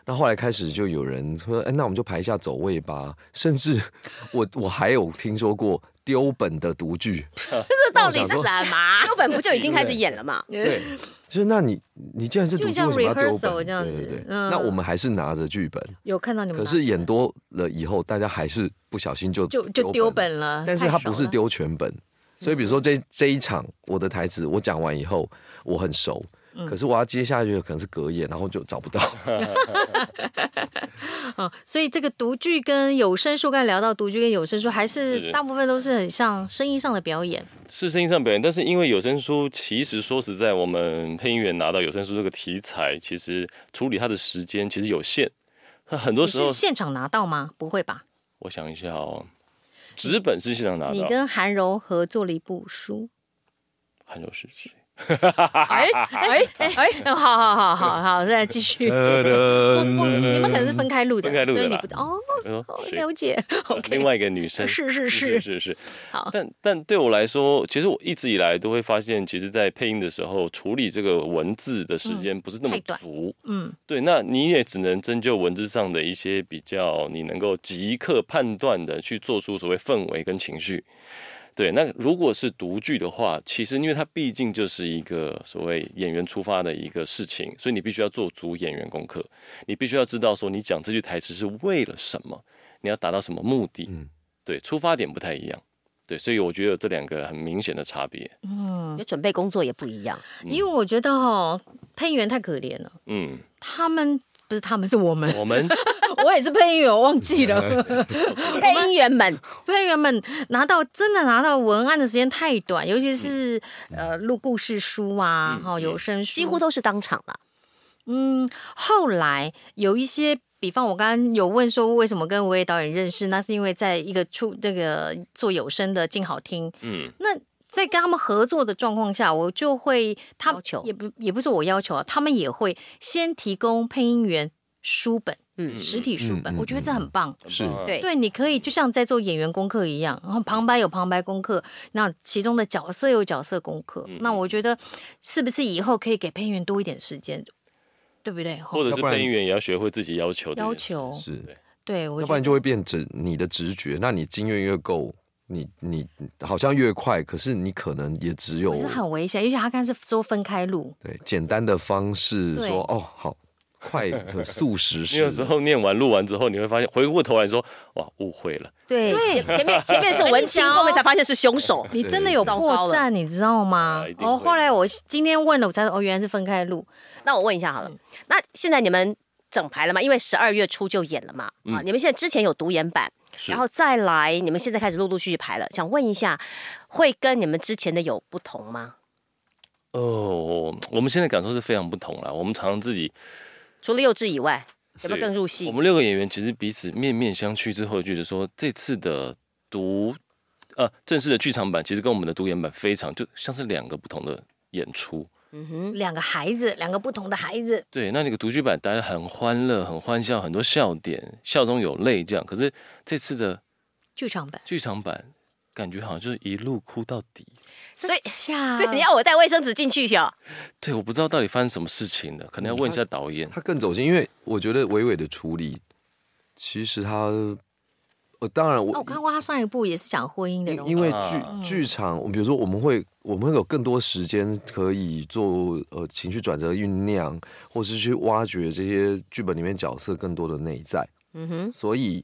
[SPEAKER 3] 那后来开始就有人说，哎，那我们就排一下走位吧。甚至我我还有听说过丢本的独 剧，
[SPEAKER 5] 这
[SPEAKER 3] 到底是什
[SPEAKER 5] 么？根本不就已经开始演了嘛？
[SPEAKER 3] 对，就是那你你既然是独
[SPEAKER 6] 就
[SPEAKER 3] 剧，
[SPEAKER 6] 像
[SPEAKER 3] 为什么要丢
[SPEAKER 6] rehearsal
[SPEAKER 3] 本？
[SPEAKER 6] 这样
[SPEAKER 3] 对对
[SPEAKER 6] 子
[SPEAKER 3] 对，
[SPEAKER 6] 嗯
[SPEAKER 3] 那我们还是拿着剧本。
[SPEAKER 6] 有看到你们
[SPEAKER 3] 可
[SPEAKER 6] 拿，
[SPEAKER 3] 是演多了以后，大家还是不小心就
[SPEAKER 6] 就就丢，本了，
[SPEAKER 3] 但是
[SPEAKER 6] 太
[SPEAKER 3] 他
[SPEAKER 6] 熟
[SPEAKER 3] 不是
[SPEAKER 6] 了，嗯
[SPEAKER 3] 丢全本，所以比如说这这一场我的台词我讲完以后我很熟，
[SPEAKER 6] 嗯
[SPEAKER 3] 可是我要接下去的可能是隔夜，然后就找不 到。
[SPEAKER 6] 嗯，所以这个独剧跟有声书，刚才聊到独剧跟有声书，还是
[SPEAKER 4] 是
[SPEAKER 6] 大部分都是很像声音上的表演。
[SPEAKER 4] 是声音上表演，但是因为有声书，其实说实在，我们配音员拿到有声书这个题材，其实处理它的时间其实有限。那很多
[SPEAKER 6] 你
[SPEAKER 4] 时候
[SPEAKER 6] 是，现场拿到吗？不会吧？
[SPEAKER 4] 我想一下哦，纸本是现场拿
[SPEAKER 6] 你
[SPEAKER 4] 到，
[SPEAKER 6] 跟韩柔合作了一部 书。
[SPEAKER 4] 很有是谁？
[SPEAKER 6] 哎哎哎哎，好好好好好，再继续。不不你们可能是分开录的，
[SPEAKER 4] 分开录的
[SPEAKER 6] 所以你
[SPEAKER 4] 啦
[SPEAKER 6] 不知道哦，
[SPEAKER 4] 呃谁
[SPEAKER 6] 了解。
[SPEAKER 4] 另
[SPEAKER 6] OK，
[SPEAKER 4] 外一个女生
[SPEAKER 6] 是是
[SPEAKER 4] 是
[SPEAKER 6] 是，
[SPEAKER 4] 是是
[SPEAKER 6] 好
[SPEAKER 4] 但但对我来说，其实我一直以来都会发现，其实，在配音的时候，处理这个文字的时间不是那么
[SPEAKER 6] 嗯太短
[SPEAKER 4] 足。
[SPEAKER 6] 嗯
[SPEAKER 4] 对，那你也只能针就文字上的一些比较，你能够即刻判断的去做出所谓氛围跟情绪。对，那如果是独剧的话，其实因为它毕竟就是一个所谓演员出发的一个事情，所以你必须要做足演员功课，你必须要知道说你讲这句台词是为了什么，你要达到什么目的。
[SPEAKER 3] 嗯
[SPEAKER 4] 对，出发点不太一样。对，所以我觉得有这两个很明显的差别。
[SPEAKER 6] 嗯，
[SPEAKER 5] 有准备工作也不一样，
[SPEAKER 6] 因为我觉得哦，配音员太可怜了，
[SPEAKER 4] 嗯，
[SPEAKER 6] 他们不是他们是我们，
[SPEAKER 4] 我们
[SPEAKER 6] 我也是配音员，我忘记了。
[SPEAKER 5] 配音员们
[SPEAKER 6] 配音员们拿到真的拿到文案的时间太短，尤其是、呃录故事书啊，
[SPEAKER 4] 嗯
[SPEAKER 6] 哈、
[SPEAKER 4] 嗯
[SPEAKER 6] 有声书，
[SPEAKER 5] 几乎都是当场了，
[SPEAKER 6] 嗯，后来有一些，比方我刚刚有问说为什么跟维也导演认识，那是因为在一个出那个做有声的静好听，
[SPEAKER 4] 嗯
[SPEAKER 6] 那在跟他们合作的状况下，我就会他
[SPEAKER 5] 要求
[SPEAKER 6] 也不也不是我要求啊，他们也会先提供配音员书本，
[SPEAKER 5] 嗯
[SPEAKER 6] 实体书本，
[SPEAKER 3] 嗯嗯
[SPEAKER 6] 我觉得这很棒。
[SPEAKER 3] 是
[SPEAKER 4] 很棒啊
[SPEAKER 5] 对
[SPEAKER 6] 对，你可以就像在做演员功课一样，然后旁白有旁白功课，那其中的角色有角色功课。
[SPEAKER 4] 嗯
[SPEAKER 6] 那我觉得是不是以后可以给配音员多一点时间，对不对？
[SPEAKER 4] 或者
[SPEAKER 3] 要
[SPEAKER 4] 是
[SPEAKER 3] 不然
[SPEAKER 4] 配音员也要学会自己要求这件
[SPEAKER 6] 要
[SPEAKER 4] 事
[SPEAKER 6] 求，
[SPEAKER 3] 是，
[SPEAKER 6] 对我
[SPEAKER 3] 要
[SPEAKER 6] 觉
[SPEAKER 3] 不然
[SPEAKER 6] 得
[SPEAKER 3] 就会变成你的直觉。那你经验越够，你你好像越快，可是你可能也只有
[SPEAKER 6] 我觉得很危险，尤其他刚才是说分开录，
[SPEAKER 3] 对简单的方式
[SPEAKER 6] 对
[SPEAKER 3] 说哦好快的速食
[SPEAKER 4] 你
[SPEAKER 3] 是。
[SPEAKER 4] 有时候念完录完之后，你会发现回过头来说，哇，误会了。
[SPEAKER 5] 对，
[SPEAKER 6] 对
[SPEAKER 5] 前前面前面是文青，
[SPEAKER 6] 我跟你讲哦
[SPEAKER 5] 后面才发现是凶手，
[SPEAKER 6] 你真的有
[SPEAKER 5] 糟
[SPEAKER 6] 破
[SPEAKER 5] 糕了
[SPEAKER 6] 绽，你知道吗
[SPEAKER 4] 啊一？定
[SPEAKER 6] 哦，
[SPEAKER 4] 会
[SPEAKER 6] 后来我今天问了，我才哦原来是分开录，
[SPEAKER 5] 那我问一下好了，那现在你们整排了吗？因为十二月初就演了嘛，啊，你们现在之前有独演版，
[SPEAKER 4] 是
[SPEAKER 5] 然后再来，你们现在开始陆陆续续排了，想问一下，会跟你们之前的有不同吗？
[SPEAKER 4] 哦，我们现在感受是非常不同了。我们常常自己，
[SPEAKER 5] 除了幼稚以外，有没有
[SPEAKER 4] 对
[SPEAKER 5] 更入
[SPEAKER 4] 我
[SPEAKER 5] 戏？
[SPEAKER 4] 们六个演员其实彼此面面相觑之后，觉得说这次的独呃正式的剧场版，其实跟我们的独演版非常就像是两个不同的演出。
[SPEAKER 5] 嗯哼，
[SPEAKER 6] 两个孩子，两个不同的孩子，
[SPEAKER 4] 对，那那个独剧版大家很欢乐、很欢笑，很多笑点，笑中有泪这样。可是这次的
[SPEAKER 6] 剧场 版，
[SPEAKER 4] 剧场版，感觉好像就是一路哭到底。
[SPEAKER 5] 所以
[SPEAKER 6] 下
[SPEAKER 5] 所以你要我带卫生纸进去哦。
[SPEAKER 4] 对，我不知道到底发生什么事情了，可能要问一下导演。
[SPEAKER 3] 他更走心，因为我觉得伟伟的处理，其实他，呃，当然
[SPEAKER 6] 哦，我
[SPEAKER 3] 我
[SPEAKER 6] 看过他上一部也是讲婚姻的
[SPEAKER 3] 因
[SPEAKER 6] 东西，
[SPEAKER 3] 因为
[SPEAKER 4] 啊
[SPEAKER 3] 剧剧场，我比如说我们会我们会有更多时间可以做呃情绪转折酝酿，或是去挖掘这些剧本里面角色更多的内在，
[SPEAKER 5] 嗯哼，
[SPEAKER 3] 所以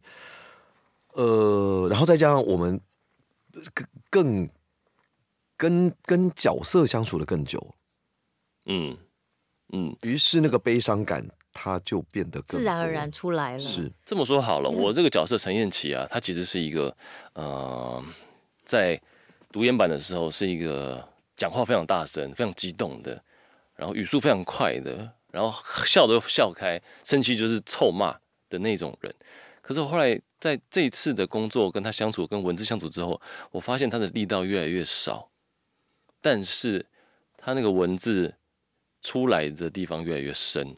[SPEAKER 3] 呃，然后再加上我们更更跟跟角色相处的更久，
[SPEAKER 4] 嗯嗯，
[SPEAKER 3] 于是那个悲伤感它就变得更
[SPEAKER 6] 自然而
[SPEAKER 3] 多
[SPEAKER 6] 然出来了，
[SPEAKER 3] 是
[SPEAKER 4] 这么说好了，我这个角色陈彦琪啊，她其实是一个呃，在读研版的时候是一个讲话非常大声、非常激动的，然后语速非常快的，然后笑都笑开，生气就是臭骂的那种人。可是我后来在这一次的工作跟他相处、跟文字相处之后，我发现他的力道越来越少，但是他那个文字出来的地方越来越深。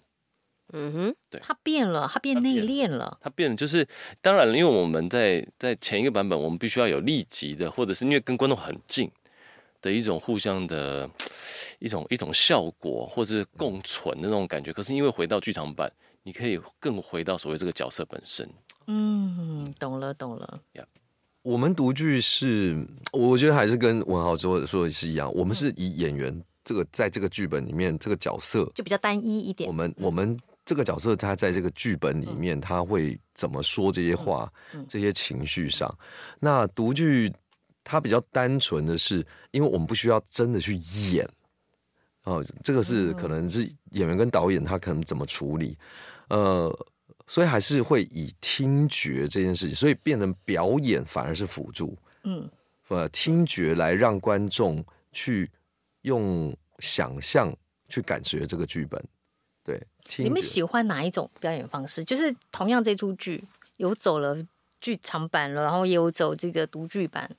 [SPEAKER 5] 嗯哼，
[SPEAKER 6] 他变了，他变
[SPEAKER 4] 他
[SPEAKER 6] 内
[SPEAKER 4] 变
[SPEAKER 6] 敛了，
[SPEAKER 4] 它变得就是，当然了，因为我们在在前一个版本，我们必须要有立即的，或者是因为跟观众很近的一种互相的一种一种效果，或者是共存的那种感觉。可是因为回到剧场版，你可以更回到所谓这个角色本身。
[SPEAKER 6] 嗯，懂了懂了，
[SPEAKER 3] 我们独剧是，我觉得还是跟文豪说的说的是一样，我们是以演员这个在这个剧本里面这个角色，
[SPEAKER 6] 就比较单一一
[SPEAKER 3] 我
[SPEAKER 6] 点，
[SPEAKER 3] 们我们这个角色他在这个剧本里面他会怎么说这些话
[SPEAKER 6] 嗯，
[SPEAKER 3] 这些情绪上。那独剧它比较单纯的是，因为我们不需要真的去演，哦，这个是
[SPEAKER 6] 嗯
[SPEAKER 3] 可能是演员跟导演他可能怎么处理，呃，所以还是会以听觉这件事情，所以变成表演反而是辅助，
[SPEAKER 6] 嗯，
[SPEAKER 3] 呃，听觉来让观众去用想象去感觉这个剧本，对，听
[SPEAKER 6] 你们
[SPEAKER 3] 觉
[SPEAKER 6] 喜欢哪一种表演方式？就是同样这出剧有走了剧场版了，然后也有走这个独剧版，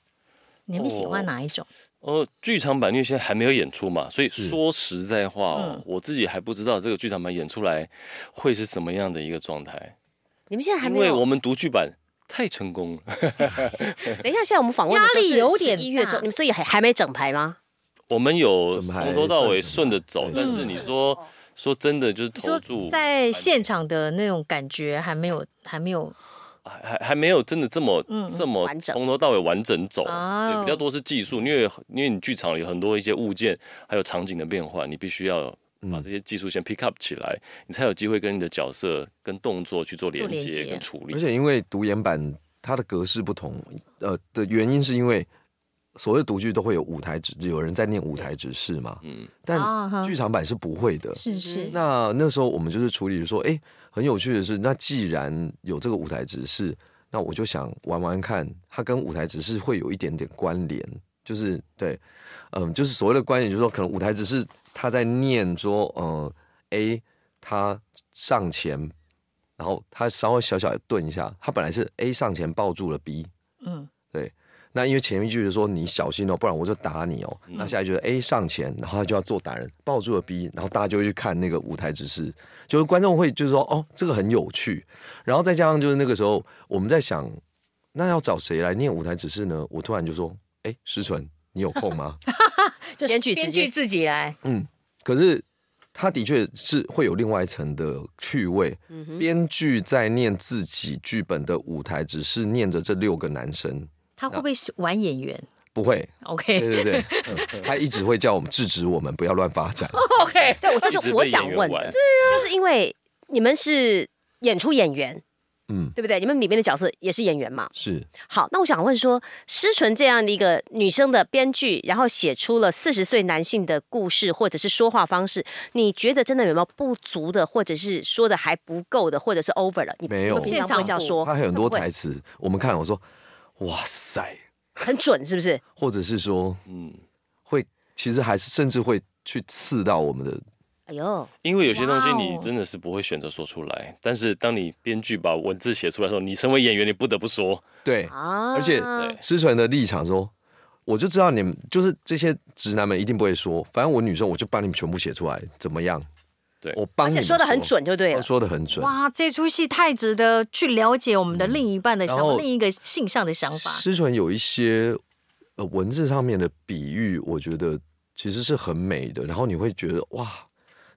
[SPEAKER 6] 你们喜欢
[SPEAKER 4] 哦
[SPEAKER 6] 哪一种？
[SPEAKER 4] 哦，剧场版因为现在还没有演出嘛，所以
[SPEAKER 3] 是
[SPEAKER 4] 说实在话哦，
[SPEAKER 6] 嗯
[SPEAKER 4] 我自己还不知道这个剧场版演出来会是什么样的一个状态，
[SPEAKER 5] 你们现在还
[SPEAKER 4] 因
[SPEAKER 5] 没
[SPEAKER 4] 为
[SPEAKER 5] 有
[SPEAKER 4] 我。们读剧版太成功了，
[SPEAKER 5] 等一下，现在我们访问的
[SPEAKER 6] 压
[SPEAKER 5] 时候
[SPEAKER 6] 力
[SPEAKER 5] 是
[SPEAKER 6] 有点
[SPEAKER 5] 一月
[SPEAKER 6] 大
[SPEAKER 5] 中，你们所以还还没整排吗？
[SPEAKER 4] 我们有
[SPEAKER 3] 怎么还
[SPEAKER 4] 从头到尾
[SPEAKER 3] 算
[SPEAKER 4] 顺着走
[SPEAKER 3] 整，排
[SPEAKER 4] 但是你说说真的，就是
[SPEAKER 6] 嗯你
[SPEAKER 4] 投
[SPEAKER 6] 说
[SPEAKER 4] 注
[SPEAKER 6] 在现场的那种感觉还没有，还没有
[SPEAKER 4] 还还还没有真的这么
[SPEAKER 6] 嗯
[SPEAKER 4] 这么
[SPEAKER 5] 完整
[SPEAKER 4] 从头到尾完整走，
[SPEAKER 6] 哦
[SPEAKER 4] 对，比较多是技术，因为因为你剧场有很多一些物件，还有场景的变换，你必须要
[SPEAKER 3] 嗯
[SPEAKER 4] 把这些技术先 pick up 起来，你才有机会跟你的角色跟动作去做连
[SPEAKER 6] 做连
[SPEAKER 4] 接
[SPEAKER 6] 接
[SPEAKER 4] 跟处理
[SPEAKER 3] 而。且因为独演版它的格式不同，呃的原因是因为所谓的独剧都会有舞台指示，有人在念舞台指示嘛，
[SPEAKER 4] 嗯，
[SPEAKER 6] 啊哈
[SPEAKER 3] 但剧场版是不会的。
[SPEAKER 6] 是是
[SPEAKER 3] 那那时候我们就是处理说，哎、很有趣的是，那既然有这个舞台指示，那我就想玩玩看，它跟舞台指示会有一点点关联，就是对，嗯，就是所谓的关联，就是说可能舞台指示他在念说，嗯，A 他上前，然后他稍微小小地顿一下，他本来是 A 上前抱住了 B，
[SPEAKER 6] 嗯
[SPEAKER 3] 那因为前一句是说你小心哦，不然我就打你哦。那下一句是 A 上前，然后他就要做打人，抱住了 B，然后大家就会去看那个舞台指示，就是观众会就是说哦，这个很有趣。然后再加上就是那个时候我们在想，那要找谁来念舞台指示呢？我突然就说，哎，石纯，你有空吗？
[SPEAKER 6] 就是
[SPEAKER 5] 编剧直
[SPEAKER 6] 编
[SPEAKER 5] 接
[SPEAKER 6] 剧自己来，
[SPEAKER 3] 可是他的确是会有另外一层的趣味。编剧在念自己剧本的舞台指示，念着这六个男生，
[SPEAKER 6] 他会不会是玩演员
[SPEAKER 3] 不会。
[SPEAKER 6] ？OK
[SPEAKER 3] 对对对，嗯他一直会叫我们制止我们不要乱发展。
[SPEAKER 6] OK，
[SPEAKER 5] 对，我这
[SPEAKER 4] 一直
[SPEAKER 5] 是
[SPEAKER 4] 被
[SPEAKER 5] 我想
[SPEAKER 4] 演员
[SPEAKER 5] 问
[SPEAKER 4] 玩
[SPEAKER 5] 的，就是因为你们是演出演员，
[SPEAKER 3] 嗯，
[SPEAKER 5] 对不对？你们里面的角色也是演员嘛？
[SPEAKER 3] 是
[SPEAKER 5] 好，那我想问说，诗纯这样的一个女生的编剧，然后写出了四十岁男性的故事或者是说话方式，你觉得真的有没有不足的，或者是说的还不够的，或者是 over 了？你
[SPEAKER 3] 没有
[SPEAKER 5] 你们平常不会这样说，
[SPEAKER 3] 他还有很
[SPEAKER 5] 会
[SPEAKER 3] 多
[SPEAKER 5] 不会
[SPEAKER 3] 台词，我们看我说，哇塞，
[SPEAKER 5] 很准，是不是？
[SPEAKER 3] 或者是说
[SPEAKER 4] 嗯，
[SPEAKER 3] 会，其实还是甚至会去刺到我们的，
[SPEAKER 5] 哎呦，
[SPEAKER 4] 因为有些东西
[SPEAKER 6] 哇哦
[SPEAKER 4] 你真的是不会选择说出
[SPEAKER 6] 哦
[SPEAKER 4] 来，但是当你编剧把文字写出来的时候，你身为演员，你不得不说。
[SPEAKER 3] 对，
[SPEAKER 5] 啊，
[SPEAKER 3] 而且
[SPEAKER 4] 对
[SPEAKER 3] 思纯的立场说。我就知道你们就是这些直男们一定不会说，反正我女生我就帮你们全部写出来，怎么样？
[SPEAKER 4] 对
[SPEAKER 3] 我
[SPEAKER 5] 而
[SPEAKER 3] 帮你
[SPEAKER 5] 且
[SPEAKER 3] 们
[SPEAKER 5] 说的很，准，就对
[SPEAKER 3] 他
[SPEAKER 5] 了。
[SPEAKER 3] 说的很准。
[SPEAKER 6] 哇，这出戏太值得去了解我们的另一半的想
[SPEAKER 3] 嗯然
[SPEAKER 6] 法，
[SPEAKER 3] 后
[SPEAKER 6] 另一个性向的想法。
[SPEAKER 3] 诗纯有一些呃文字上面的比喻，我觉得其实是很美的。然后你会觉得哇，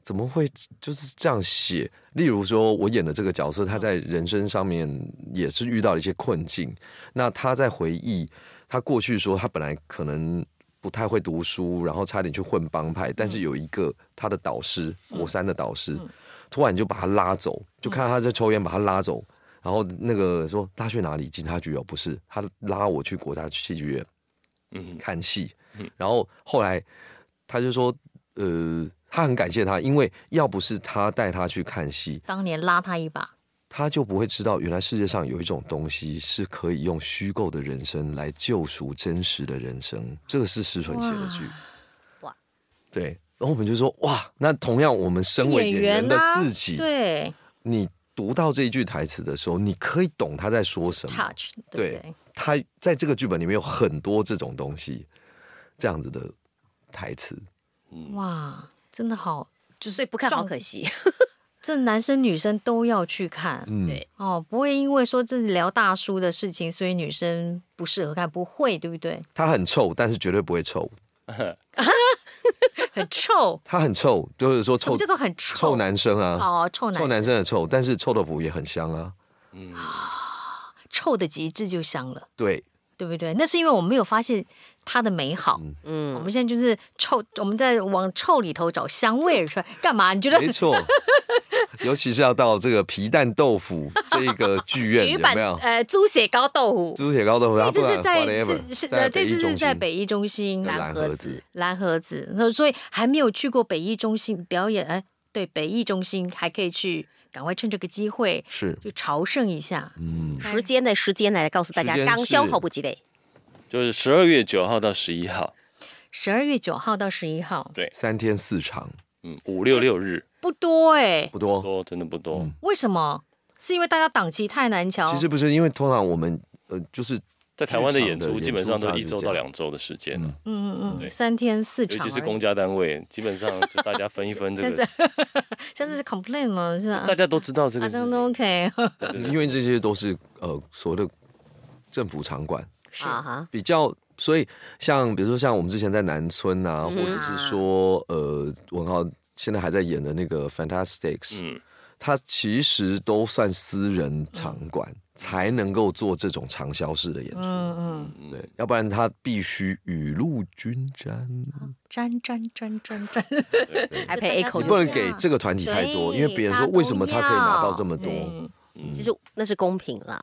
[SPEAKER 3] 怎么会就是这样写？例如说，我演的这个角色，他
[SPEAKER 6] 嗯
[SPEAKER 3] 在人生上面也是遇到了一些困境。那他在回忆他过去说，他本来可能不太会读书，然后差点去混帮派，但
[SPEAKER 6] 嗯
[SPEAKER 3] 是有一个他的导师，国三的导师，突然就把他拉走，就
[SPEAKER 6] 嗯
[SPEAKER 3] 看到他在抽烟，把他拉走。然后那个说他去哪里？警察局哦，不是，他拉我去国家戏剧院
[SPEAKER 4] 嗯，
[SPEAKER 3] 看戏。然后后来他就说，呃，他很感谢他，因为要不是他带他去看戏，
[SPEAKER 6] 当年拉他一把，
[SPEAKER 3] 他就不会知道原来世界上有一种东西是可以用虚构的人生来救赎真实的人生。这个是石纯写的剧。
[SPEAKER 5] 哇
[SPEAKER 3] 对，然后我们就说哇，那同样我们身为演员的
[SPEAKER 6] 啊
[SPEAKER 3] 自己，
[SPEAKER 6] 对
[SPEAKER 3] 你读到这一句台词的时候，你可以懂他在说什么。
[SPEAKER 6] touch，对
[SPEAKER 3] 对
[SPEAKER 6] 不对？
[SPEAKER 3] 他在这个剧本里面有很多这种东西，这样子的台词。嗯
[SPEAKER 6] 哇，真的好，
[SPEAKER 5] 所以不看好可惜。
[SPEAKER 6] 这男生女生都要去看。
[SPEAKER 3] 嗯，
[SPEAKER 5] 对
[SPEAKER 6] 哦，不会因为说这是聊大叔的事情，所以女生不适合看，不会，对不对？
[SPEAKER 3] 他很臭，但是绝对不会臭。
[SPEAKER 6] 很臭，
[SPEAKER 3] 他很臭，就是说
[SPEAKER 6] 什
[SPEAKER 3] 臭
[SPEAKER 6] 么叫做很臭？
[SPEAKER 3] 臭男生啊，
[SPEAKER 6] 哦，臭男
[SPEAKER 3] 臭男生的臭，但是臭豆腐也很香啊。
[SPEAKER 6] 臭的极致就香了，
[SPEAKER 3] 对，
[SPEAKER 6] 对不对？那是因为我们没有发现它的美好。
[SPEAKER 5] 嗯
[SPEAKER 6] 我，们现在 就是臭，我们在往臭里头找香味出来，干嘛？你觉得
[SPEAKER 3] 没错。尤其是要到这个皮蛋豆腐这一个剧院，
[SPEAKER 6] 鱼
[SPEAKER 3] 有
[SPEAKER 6] 板
[SPEAKER 3] 没有？
[SPEAKER 6] 呃猪血糕豆腐，
[SPEAKER 3] 猪血糕豆腐，它
[SPEAKER 6] 这
[SPEAKER 3] 不
[SPEAKER 6] 次
[SPEAKER 3] 然
[SPEAKER 6] 是在
[SPEAKER 3] whatever，
[SPEAKER 6] 是是
[SPEAKER 3] 在北
[SPEAKER 6] 呃，这
[SPEAKER 3] 艺
[SPEAKER 6] 次
[SPEAKER 3] 中
[SPEAKER 6] 是在
[SPEAKER 3] 心
[SPEAKER 6] 北艺中心
[SPEAKER 3] 的蓝盒子
[SPEAKER 6] 子，蓝盒子，那所以还没有去过北艺中心表演，哎，对，北艺中心还可以去，赶快趁这个机会
[SPEAKER 3] 是，
[SPEAKER 6] 去朝圣一下。
[SPEAKER 3] 嗯，
[SPEAKER 1] 时间的时间来告诉大家
[SPEAKER 3] 时，间
[SPEAKER 1] 刚消
[SPEAKER 3] 是
[SPEAKER 1] 后不及嘞。
[SPEAKER 4] 就是十二月九号到十一号，
[SPEAKER 6] 十二月九号到十一号，
[SPEAKER 3] 三天四场，
[SPEAKER 4] 嗯，五六六日
[SPEAKER 6] 不多哎、
[SPEAKER 3] 不
[SPEAKER 4] 不
[SPEAKER 3] 多。
[SPEAKER 4] 多，真的不多。
[SPEAKER 3] 哦嗯
[SPEAKER 6] 为什么？是因为大家档期太难瞧？
[SPEAKER 3] 其实不是，因为通常我们呃，就是
[SPEAKER 4] 在台湾的演
[SPEAKER 3] 剧场
[SPEAKER 4] 出
[SPEAKER 3] 的
[SPEAKER 4] 基本上都
[SPEAKER 3] 演出
[SPEAKER 4] 一
[SPEAKER 3] 大致
[SPEAKER 4] 周到
[SPEAKER 3] 这样
[SPEAKER 4] 两周的时间了，
[SPEAKER 6] 嗯嗯
[SPEAKER 4] 对
[SPEAKER 6] 嗯，三天四
[SPEAKER 4] 尤
[SPEAKER 6] 场而已，
[SPEAKER 4] 其是公家单位，基本上就大家分一分 这
[SPEAKER 6] 现
[SPEAKER 4] 个
[SPEAKER 6] 在，
[SPEAKER 3] 啊
[SPEAKER 6] 现在是 complain 吗？是啊
[SPEAKER 4] 大，家都知道这
[SPEAKER 6] 啊
[SPEAKER 4] 个事
[SPEAKER 6] 都
[SPEAKER 4] 情。
[SPEAKER 6] 都 OK，
[SPEAKER 3] 因为这些都是呃所谓的政府场馆，
[SPEAKER 6] 是
[SPEAKER 1] 啊哈，
[SPEAKER 3] 比较，所以像比如说像我们之前在南村啊，
[SPEAKER 1] 嗯
[SPEAKER 3] 或
[SPEAKER 1] 哼
[SPEAKER 3] 者是说呃文豪现在还在演的那个 Fantastics，、
[SPEAKER 4] 嗯，
[SPEAKER 3] 它其实都算私人场馆、才能够做这种长销式的演出，
[SPEAKER 6] 嗯嗯，
[SPEAKER 3] 对，要不然它必须雨露均沾，
[SPEAKER 6] 沾沾沾沾沾，
[SPEAKER 1] 还配
[SPEAKER 5] 哦
[SPEAKER 1] echo
[SPEAKER 6] 我
[SPEAKER 1] 就
[SPEAKER 3] 你不
[SPEAKER 6] 觉
[SPEAKER 3] 能
[SPEAKER 6] 得
[SPEAKER 3] 给这个团体太多，
[SPEAKER 6] 对
[SPEAKER 3] 因为别人
[SPEAKER 6] 大
[SPEAKER 3] 说
[SPEAKER 6] 家
[SPEAKER 3] 为什么他可以拿到
[SPEAKER 6] 都
[SPEAKER 3] 这么多，
[SPEAKER 6] 嗯
[SPEAKER 1] 其实那是公平了，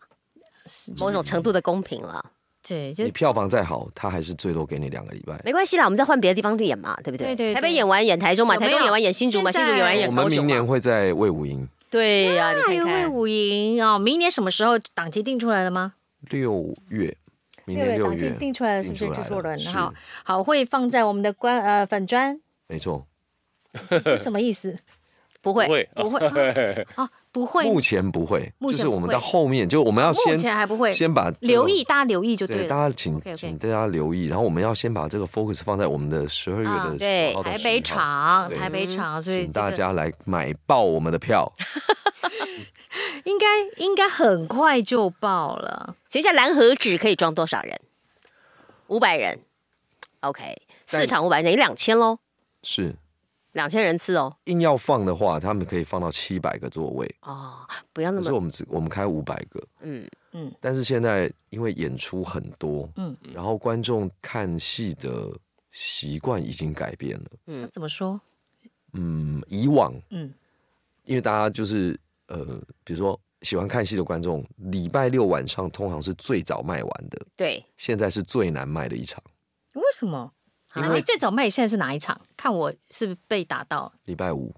[SPEAKER 1] 某种程度的公平了，
[SPEAKER 6] 对，就
[SPEAKER 3] 你票房再好，他还是最多给你两个礼拜。
[SPEAKER 1] 没关系啦，我们再换别的地方演嘛，对不对？
[SPEAKER 6] 对对对
[SPEAKER 1] 台北演完演台中嘛，
[SPEAKER 6] 有没
[SPEAKER 1] 台
[SPEAKER 6] 有
[SPEAKER 1] 中演完演新竹嘛，新
[SPEAKER 6] 现在
[SPEAKER 1] 竹演完演
[SPEAKER 3] 我
[SPEAKER 1] 高
[SPEAKER 3] 们
[SPEAKER 6] 啊
[SPEAKER 1] 雄
[SPEAKER 3] 明年哎
[SPEAKER 1] 嘛。
[SPEAKER 3] 会在魏武营
[SPEAKER 1] 对呀、你
[SPEAKER 6] 还
[SPEAKER 1] 看
[SPEAKER 6] 有魏
[SPEAKER 1] 看，
[SPEAKER 6] 武营哦，明年什么时候档期定出来了吗？
[SPEAKER 3] 六月，明年六
[SPEAKER 6] 档期
[SPEAKER 3] 月
[SPEAKER 6] 定出来了，是不是
[SPEAKER 3] 定出
[SPEAKER 6] 制
[SPEAKER 3] 来
[SPEAKER 6] 作
[SPEAKER 3] 了
[SPEAKER 6] 人？
[SPEAKER 3] 是
[SPEAKER 6] 好好会放在我们的官呃粉砖，
[SPEAKER 3] 没错。
[SPEAKER 6] 什么意思？
[SPEAKER 1] 不
[SPEAKER 4] 不
[SPEAKER 1] 会，
[SPEAKER 4] 会
[SPEAKER 6] 不会啊，不会，
[SPEAKER 3] 目前不会，
[SPEAKER 6] 目前
[SPEAKER 3] 就是我
[SPEAKER 6] 不
[SPEAKER 3] 们
[SPEAKER 6] 会啊
[SPEAKER 3] 到后面，就我们要
[SPEAKER 6] 目
[SPEAKER 3] 先
[SPEAKER 6] 前还不会，
[SPEAKER 3] 先把这个
[SPEAKER 6] 留意，大家留意就
[SPEAKER 3] 对
[SPEAKER 6] 对
[SPEAKER 3] 大
[SPEAKER 6] 了。
[SPEAKER 3] 家请
[SPEAKER 6] OK，OK
[SPEAKER 3] 请大家留意，然后我们要先把这个 focus 放在我们的十二月
[SPEAKER 6] 啊
[SPEAKER 3] 的
[SPEAKER 1] 对
[SPEAKER 3] 9号到
[SPEAKER 6] 台北
[SPEAKER 3] 10号，
[SPEAKER 6] 场，
[SPEAKER 3] 对
[SPEAKER 6] 台北场，所以
[SPEAKER 3] 请
[SPEAKER 6] 这
[SPEAKER 3] 大
[SPEAKER 6] 个
[SPEAKER 3] 家来买爆我们的票，
[SPEAKER 6] 应该应该很快就爆了。
[SPEAKER 1] 请问一下蓝盒纸可以装多少人？五百人，OK，
[SPEAKER 3] 但
[SPEAKER 1] 四场五百等于两千喽，
[SPEAKER 3] 是
[SPEAKER 1] 两千人次哦。
[SPEAKER 3] 硬要放的话，他们可以放到七百个座位，
[SPEAKER 1] 哦，不要那
[SPEAKER 3] 可是
[SPEAKER 1] 么，
[SPEAKER 3] 我们只我们开五百个，
[SPEAKER 1] 嗯，
[SPEAKER 3] 但是现在因为演出很多，
[SPEAKER 6] 嗯
[SPEAKER 3] 然后观众看戏的习惯已经改变了，
[SPEAKER 6] 怎么说？
[SPEAKER 3] 嗯，以往
[SPEAKER 6] 嗯，
[SPEAKER 3] 因为大家就是呃，比如说喜欢看戏的观众，礼拜六晚上通常是最早卖完的，
[SPEAKER 1] 对，
[SPEAKER 3] 现在是最难卖的一场，
[SPEAKER 6] 为什么？
[SPEAKER 1] 因
[SPEAKER 6] 啊
[SPEAKER 1] 为
[SPEAKER 6] 你最早卖现在是哪一场？看我是不是被打到
[SPEAKER 3] 礼拜五。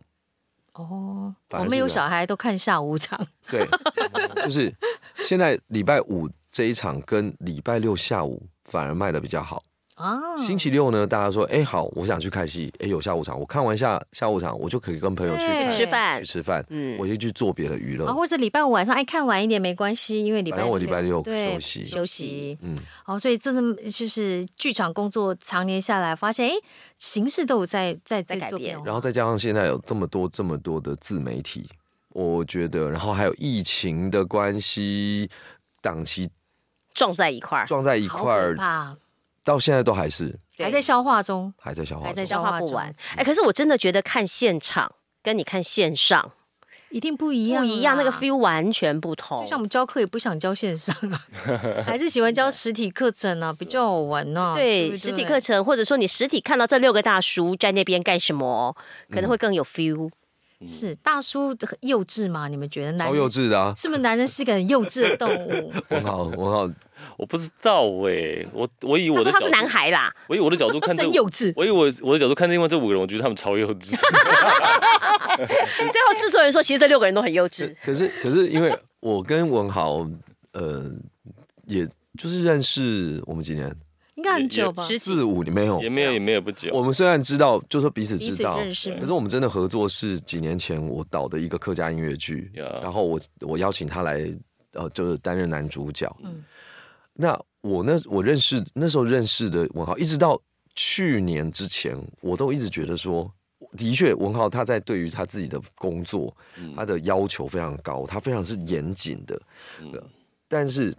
[SPEAKER 6] 哦。
[SPEAKER 3] 反而
[SPEAKER 6] 我
[SPEAKER 3] 是
[SPEAKER 6] 们有
[SPEAKER 3] 这样
[SPEAKER 6] 小孩都看下午场，
[SPEAKER 3] 对，就是现在礼拜五这一场跟礼拜六下午反而卖的比较好。
[SPEAKER 6] 啊，
[SPEAKER 3] 星期六呢，大家说，哎、好，我想去看戏，哎、有下午场，我看完下下午场，我就可以跟朋友去
[SPEAKER 6] 对
[SPEAKER 1] 吃饭
[SPEAKER 3] 去，吃饭，
[SPEAKER 1] 嗯
[SPEAKER 3] 我就去做别的娱乐。
[SPEAKER 6] 啊，或者礼拜五晚上哎看晚一点没关系，因为礼
[SPEAKER 3] 反
[SPEAKER 6] 拜
[SPEAKER 3] 正我礼拜六
[SPEAKER 6] 对
[SPEAKER 3] 休息
[SPEAKER 6] 休息。
[SPEAKER 3] 嗯，
[SPEAKER 6] 哦，所以真的就是剧场工作常年下来，发现哎形式都有在在
[SPEAKER 1] 在改
[SPEAKER 6] 做
[SPEAKER 1] 变
[SPEAKER 6] 变化
[SPEAKER 3] 然后再加上现在有这么多这么多的自媒体，我觉得，然后还有疫情的关系，档期
[SPEAKER 1] 撞在一块儿，
[SPEAKER 3] 撞在一
[SPEAKER 6] 好
[SPEAKER 3] 块
[SPEAKER 6] 可
[SPEAKER 3] 儿，
[SPEAKER 6] 怕，啊
[SPEAKER 3] 到现在都还是
[SPEAKER 1] 对
[SPEAKER 6] 还在消化中。
[SPEAKER 3] 还在消化
[SPEAKER 6] 还在
[SPEAKER 3] 中。
[SPEAKER 1] 消化不完
[SPEAKER 6] 消。
[SPEAKER 1] 哎，可是我真的觉得看现场跟你看线上
[SPEAKER 6] 一定不一样，
[SPEAKER 1] 不一样，那个
[SPEAKER 5] 啊
[SPEAKER 6] 啦
[SPEAKER 1] feel 完全不同。
[SPEAKER 6] 就像我们教课也不想教线上啊，还是喜欢教实体课程啊，比较好玩呢、啊。
[SPEAKER 1] 对
[SPEAKER 6] 不
[SPEAKER 1] 实体课程，或者说你实体看到这六个大叔在那边干什么，可能会更有 feel。
[SPEAKER 6] 是嗯大叔很幼稚吗？你们觉得男
[SPEAKER 3] 超
[SPEAKER 6] 人
[SPEAKER 3] 幼稚 的啊！
[SPEAKER 6] 是不是男人是个很幼稚的动物？
[SPEAKER 3] 文豪，文豪，
[SPEAKER 4] 我不知道哎，我我以我
[SPEAKER 1] 他
[SPEAKER 4] 的
[SPEAKER 1] 说他
[SPEAKER 4] 角
[SPEAKER 1] 是
[SPEAKER 4] 度，
[SPEAKER 1] 男孩啦，
[SPEAKER 4] 我以我的角度看这
[SPEAKER 6] 真幼稚，
[SPEAKER 4] 我以我我的角度看另外这五个人，我觉得他们超幼稚。
[SPEAKER 1] 最后制作人说，其实这六个人都很幼稚。
[SPEAKER 3] 可是可是因为我跟文豪，呃，也就是认识我们几年，
[SPEAKER 6] 应该很久吧？
[SPEAKER 1] 十几
[SPEAKER 3] 四五年没有
[SPEAKER 4] 也。没有也没有不久，
[SPEAKER 3] 我们虽然知道，就说彼此
[SPEAKER 6] 彼
[SPEAKER 3] 知
[SPEAKER 6] 此
[SPEAKER 3] 道，
[SPEAKER 6] 认识
[SPEAKER 3] 可是我们真的合作是几年前我导的一个客家音乐剧
[SPEAKER 4] Yeah
[SPEAKER 3] 然后我我邀请他来，呃，就是担任男主角。
[SPEAKER 6] 嗯
[SPEAKER 3] 那我那我认识那时候认识的文豪，一直到去年之前，我都一直觉得说，的确文豪他在对于他自己的工作，
[SPEAKER 4] 嗯
[SPEAKER 3] 他的要求非常高，他非常是严谨的，
[SPEAKER 4] 嗯
[SPEAKER 3] 呃但是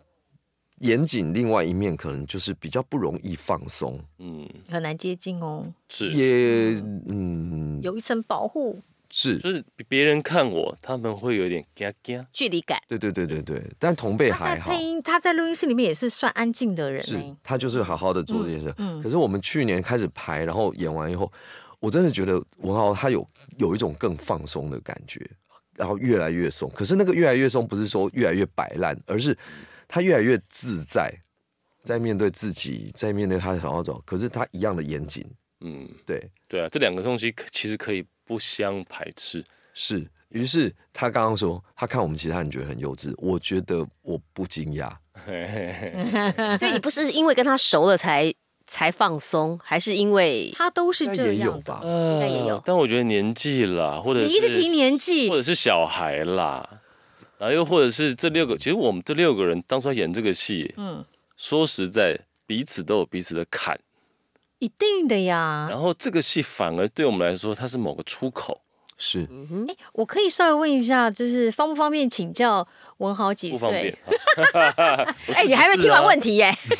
[SPEAKER 3] 严谨另外一面可能就是比较不容易放松，
[SPEAKER 4] 嗯，
[SPEAKER 6] 很难接近哦，
[SPEAKER 4] 是
[SPEAKER 3] 也嗯
[SPEAKER 6] 有一层保护。
[SPEAKER 3] 是
[SPEAKER 4] 就是别人看我，他们会有点嘎嘎。
[SPEAKER 1] 距离感，
[SPEAKER 3] 对对对对对，但同辈
[SPEAKER 6] 他在
[SPEAKER 3] 还好
[SPEAKER 6] 配。音，他在录音室里面也是算安静的人欸
[SPEAKER 3] 是
[SPEAKER 6] 呢。
[SPEAKER 3] 他就是好好的做这件事。
[SPEAKER 6] 嗯嗯
[SPEAKER 3] 可是我们去年开始排，然后演完以后，我真的觉得文豪他有有一种更放松的感觉，然后越来越松。可是那个越来越松，不是说越来越摆烂，而是他越来越自在，在面对自己，在面对他想要走，可是他一样的严谨。
[SPEAKER 4] 嗯，
[SPEAKER 3] 对，
[SPEAKER 4] 对啊，这两个东西可其实可以不相排斥。
[SPEAKER 3] 是。于是他刚刚说，他看我们其他人觉得很幼稚，我觉得我不惊讶。
[SPEAKER 4] 嘿嘿嘿
[SPEAKER 5] 所以你不是因为跟他熟了才才放松，还是因为
[SPEAKER 6] 他都是
[SPEAKER 3] 应该
[SPEAKER 6] 这
[SPEAKER 3] 也有
[SPEAKER 6] 样的。
[SPEAKER 3] 吧？
[SPEAKER 4] 应
[SPEAKER 5] 该也有
[SPEAKER 4] 但我觉得年纪啦，或者
[SPEAKER 6] 你一直
[SPEAKER 4] 是
[SPEAKER 6] 提年纪
[SPEAKER 4] 或，者是小孩啦，然后又或者是这六个，其实我们这六个人当初要演这个戏，
[SPEAKER 6] 嗯，
[SPEAKER 4] 说实在，彼此都有彼此的坎，
[SPEAKER 6] 一定的呀。
[SPEAKER 4] 然后这个戏反而对我们来说，它是某个出口，
[SPEAKER 3] 是
[SPEAKER 6] 哎，我可以稍微问一下，就是方不方便请教文豪几
[SPEAKER 4] 不方便
[SPEAKER 6] 岁？。
[SPEAKER 5] 哎、你还没听完问题耶、
[SPEAKER 4] 不
[SPEAKER 6] 四十四。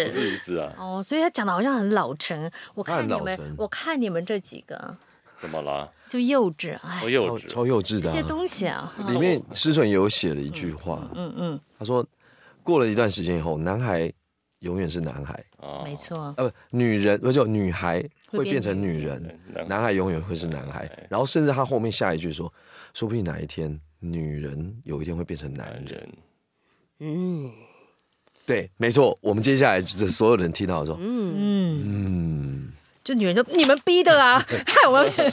[SPEAKER 4] 啊是不是啊？
[SPEAKER 6] 哦，所以他讲的好像很老成。我
[SPEAKER 3] 他
[SPEAKER 6] 看
[SPEAKER 3] 很
[SPEAKER 6] 你
[SPEAKER 3] 老
[SPEAKER 6] 们
[SPEAKER 3] 成，
[SPEAKER 6] 我看你们这几个
[SPEAKER 4] 怎么啦？
[SPEAKER 6] 就幼稚，哎，
[SPEAKER 3] 超
[SPEAKER 4] 我幼稚，
[SPEAKER 3] 超幼稚
[SPEAKER 6] 这
[SPEAKER 3] 的、
[SPEAKER 6] 些
[SPEAKER 3] 啊。
[SPEAKER 6] 东 西啊，
[SPEAKER 3] 里面诗准也有写了一句话，
[SPEAKER 6] 嗯嗯，
[SPEAKER 3] 他说，过了一段时间以后，男孩永远是男孩，
[SPEAKER 4] 啊
[SPEAKER 6] 没错，
[SPEAKER 3] 呃，不，女人不就女孩会变成女
[SPEAKER 4] 对
[SPEAKER 3] 人，
[SPEAKER 4] 男
[SPEAKER 3] 男孩永远会是男孩。然后甚至他后面下一句说，说不定哪一天女人有一天会变成男
[SPEAKER 4] 男
[SPEAKER 3] 人。
[SPEAKER 4] 人，
[SPEAKER 5] 嗯，
[SPEAKER 3] 对，没错。我们接下来这所有人听到的时候，
[SPEAKER 6] 嗯，
[SPEAKER 3] 嗯，
[SPEAKER 6] 就女人就你们逼 的啊，害我们
[SPEAKER 3] 是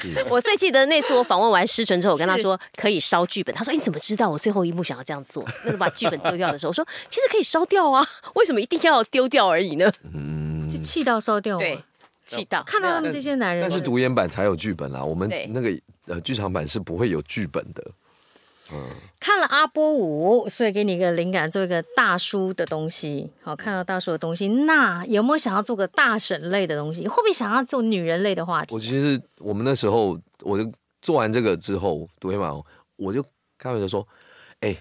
[SPEAKER 3] 是，
[SPEAKER 5] 我最记得那次我访问完诗纯之后，我跟他说可以烧剧本，他说、哎你怎么知道我最后一幕想要这样做？ 那是把剧本丢掉的时候，我说其实可以烧掉啊， 为什么一定要丢掉而已呢？
[SPEAKER 3] 嗯。
[SPEAKER 6] 就气到烧掉。
[SPEAKER 5] 对，，气到
[SPEAKER 6] 看到他们这些男人，
[SPEAKER 3] 但是独演版才有剧本啦，我们
[SPEAKER 5] 对
[SPEAKER 3] 那个呃剧场版是不会有剧本的。
[SPEAKER 6] 看了阿波舞，所以给你一个灵感，做一个大叔的东西。好，看到大叔的东西，那有没有想要做个大婶类的东西？会不会想要做女人类的话题
[SPEAKER 3] 我？其实我们那时候，我就做完这个之后，独演版我就开玩笑说，哎、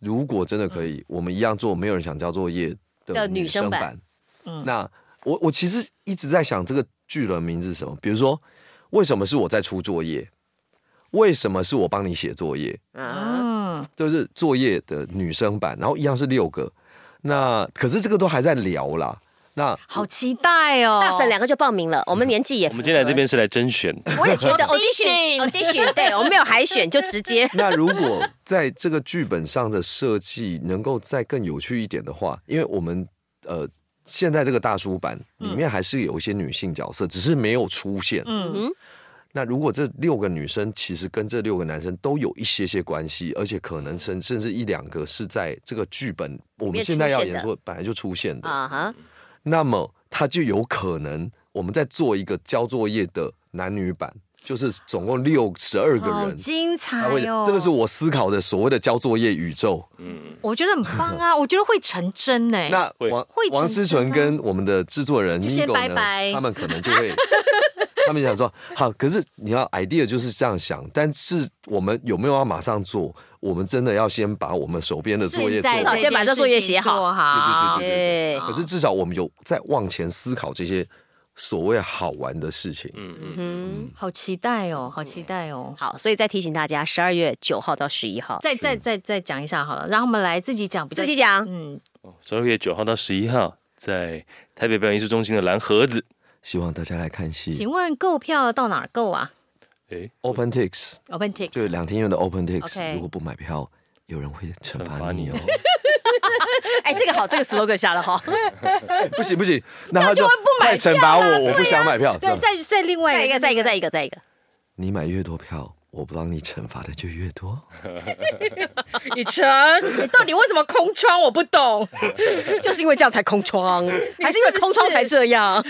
[SPEAKER 3] 如果真的可以，我们一样做没有人想交作业
[SPEAKER 5] 的
[SPEAKER 3] 嗯的
[SPEAKER 5] 女
[SPEAKER 3] 女
[SPEAKER 5] 生
[SPEAKER 3] 生
[SPEAKER 5] 版
[SPEAKER 3] 版。
[SPEAKER 6] 嗯
[SPEAKER 3] 那我我其实一直在想这个剧的名字是什么，比如说为什么是我在出作业，为什么是我帮你写作业，
[SPEAKER 5] 啊，
[SPEAKER 6] 嗯，
[SPEAKER 3] 就是作业的女生版，然后一样是六个。那可是这个都还在聊啦。那
[SPEAKER 6] 好期待哦！
[SPEAKER 5] 大婶两个就报名了，我们年纪也
[SPEAKER 6] 哎
[SPEAKER 4] 我
[SPEAKER 5] 符合，
[SPEAKER 4] 们今天来这边是来甄选的，
[SPEAKER 5] 我也觉 得 audition audition，对我们没有海选就直接
[SPEAKER 3] 那如果在这个剧本上的设计能够再更有趣一点的话，因为我们呃现在这个大叔版里面还是有一些女性角色，只是没有出现。
[SPEAKER 6] 嗯，
[SPEAKER 3] 那如果这六个女生其实跟这六个男生都有一些些关系，而且可能甚甚至一两个是在这个剧本我们现在要演出本来就出现的，
[SPEAKER 5] 啊哈，
[SPEAKER 3] 那么它就有可能我们在做一个交作业的男女版，就是总共六十二个
[SPEAKER 6] 好
[SPEAKER 3] 人。
[SPEAKER 6] 精彩
[SPEAKER 3] 他会
[SPEAKER 6] 哦！
[SPEAKER 3] 这个是我思考的所谓的交作业宇宙。
[SPEAKER 4] 嗯，
[SPEAKER 6] 我觉得很棒啊，我觉得会 成真哎呢。
[SPEAKER 3] 那
[SPEAKER 4] 会
[SPEAKER 3] 王
[SPEAKER 6] 会
[SPEAKER 3] 王
[SPEAKER 6] 成
[SPEAKER 3] 思纯
[SPEAKER 6] 真啊
[SPEAKER 3] 跟我们的制作人
[SPEAKER 6] 就先
[SPEAKER 3] Nigo
[SPEAKER 6] 拜
[SPEAKER 3] 呢
[SPEAKER 6] 拜
[SPEAKER 3] 他们可能就 会，他们想说好，可是你要 idea 就是这样想，但是我们有没有要马上做？我们真的要先把我们手边的作业做
[SPEAKER 6] 是在
[SPEAKER 5] 至少
[SPEAKER 3] 完。
[SPEAKER 5] 先把这作业写好
[SPEAKER 6] 做
[SPEAKER 4] 嗯
[SPEAKER 6] 好
[SPEAKER 3] 对
[SPEAKER 5] 对，
[SPEAKER 3] 可是至少我们有在往前思考这些所谓好玩的事情。
[SPEAKER 5] 嗯，
[SPEAKER 6] 好期待哦，好期待哦！
[SPEAKER 5] 好，所以再提醒大家，十二月九号到十一号
[SPEAKER 6] 再再再再讲一下好了，让我们来自己讲，比较
[SPEAKER 5] 自己讲，
[SPEAKER 6] 嗯，
[SPEAKER 4] 十二月九号到十一号在台北表演艺术中心的蓝盒子，
[SPEAKER 3] 希望大家来看戏。
[SPEAKER 6] 请问购票到哪儿购啊
[SPEAKER 4] 诶，
[SPEAKER 3] OpenTix
[SPEAKER 6] ？Open
[SPEAKER 3] 就是
[SPEAKER 6] Tix
[SPEAKER 3] 两天院的
[SPEAKER 6] OK
[SPEAKER 3] OpenTix，如果不买票，有人会惩
[SPEAKER 4] 惩
[SPEAKER 3] 罚
[SPEAKER 4] 罚
[SPEAKER 3] 你
[SPEAKER 4] 你
[SPEAKER 3] 哦
[SPEAKER 4] 哦。
[SPEAKER 5] 哎，这个好，这个 slogan 下的好，
[SPEAKER 3] 不行不行，那他就
[SPEAKER 6] 会不买
[SPEAKER 3] 快惩罚我，我不想买票。这
[SPEAKER 6] 再
[SPEAKER 3] 样
[SPEAKER 6] 再再另外
[SPEAKER 5] 再一个，再一个，再一个，再一个，
[SPEAKER 3] 你买越多票，我帮你惩罚的就越多。
[SPEAKER 6] 雨辰，你到底为什么空窗？我不懂。
[SPEAKER 5] 就是因为这样才空窗，还是因为空窗才这样？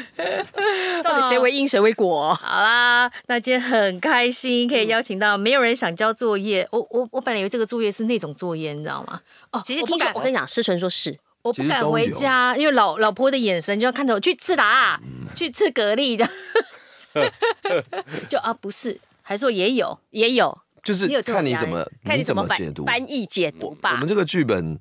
[SPEAKER 5] 到底谁为因，谁为果？
[SPEAKER 6] 好啦，那今天很开心，可以邀请到没有人想交作业。我我我本来以为这个作业是那种作业，你知道吗？哦，
[SPEAKER 5] 其实
[SPEAKER 6] 我不
[SPEAKER 5] 听说，
[SPEAKER 6] 敢
[SPEAKER 5] 我跟你讲，思纯说是，
[SPEAKER 6] 我不
[SPEAKER 3] 其实
[SPEAKER 6] 敢
[SPEAKER 3] 都
[SPEAKER 6] 回
[SPEAKER 3] 有
[SPEAKER 6] 家，因为老老婆的眼神就要看着我去吃啦，
[SPEAKER 3] 嗯
[SPEAKER 6] 去吃蛤蜊的， 就啊不是，还说也有，
[SPEAKER 5] 也有，
[SPEAKER 3] 就是
[SPEAKER 6] 你有这种
[SPEAKER 3] 看你怎么
[SPEAKER 5] 看
[SPEAKER 3] 你
[SPEAKER 5] 你怎
[SPEAKER 3] 怎
[SPEAKER 5] 么
[SPEAKER 3] 么
[SPEAKER 5] 翻
[SPEAKER 3] 解读。
[SPEAKER 5] 翻译解读
[SPEAKER 3] 我
[SPEAKER 5] 吧
[SPEAKER 3] 们。这个剧本，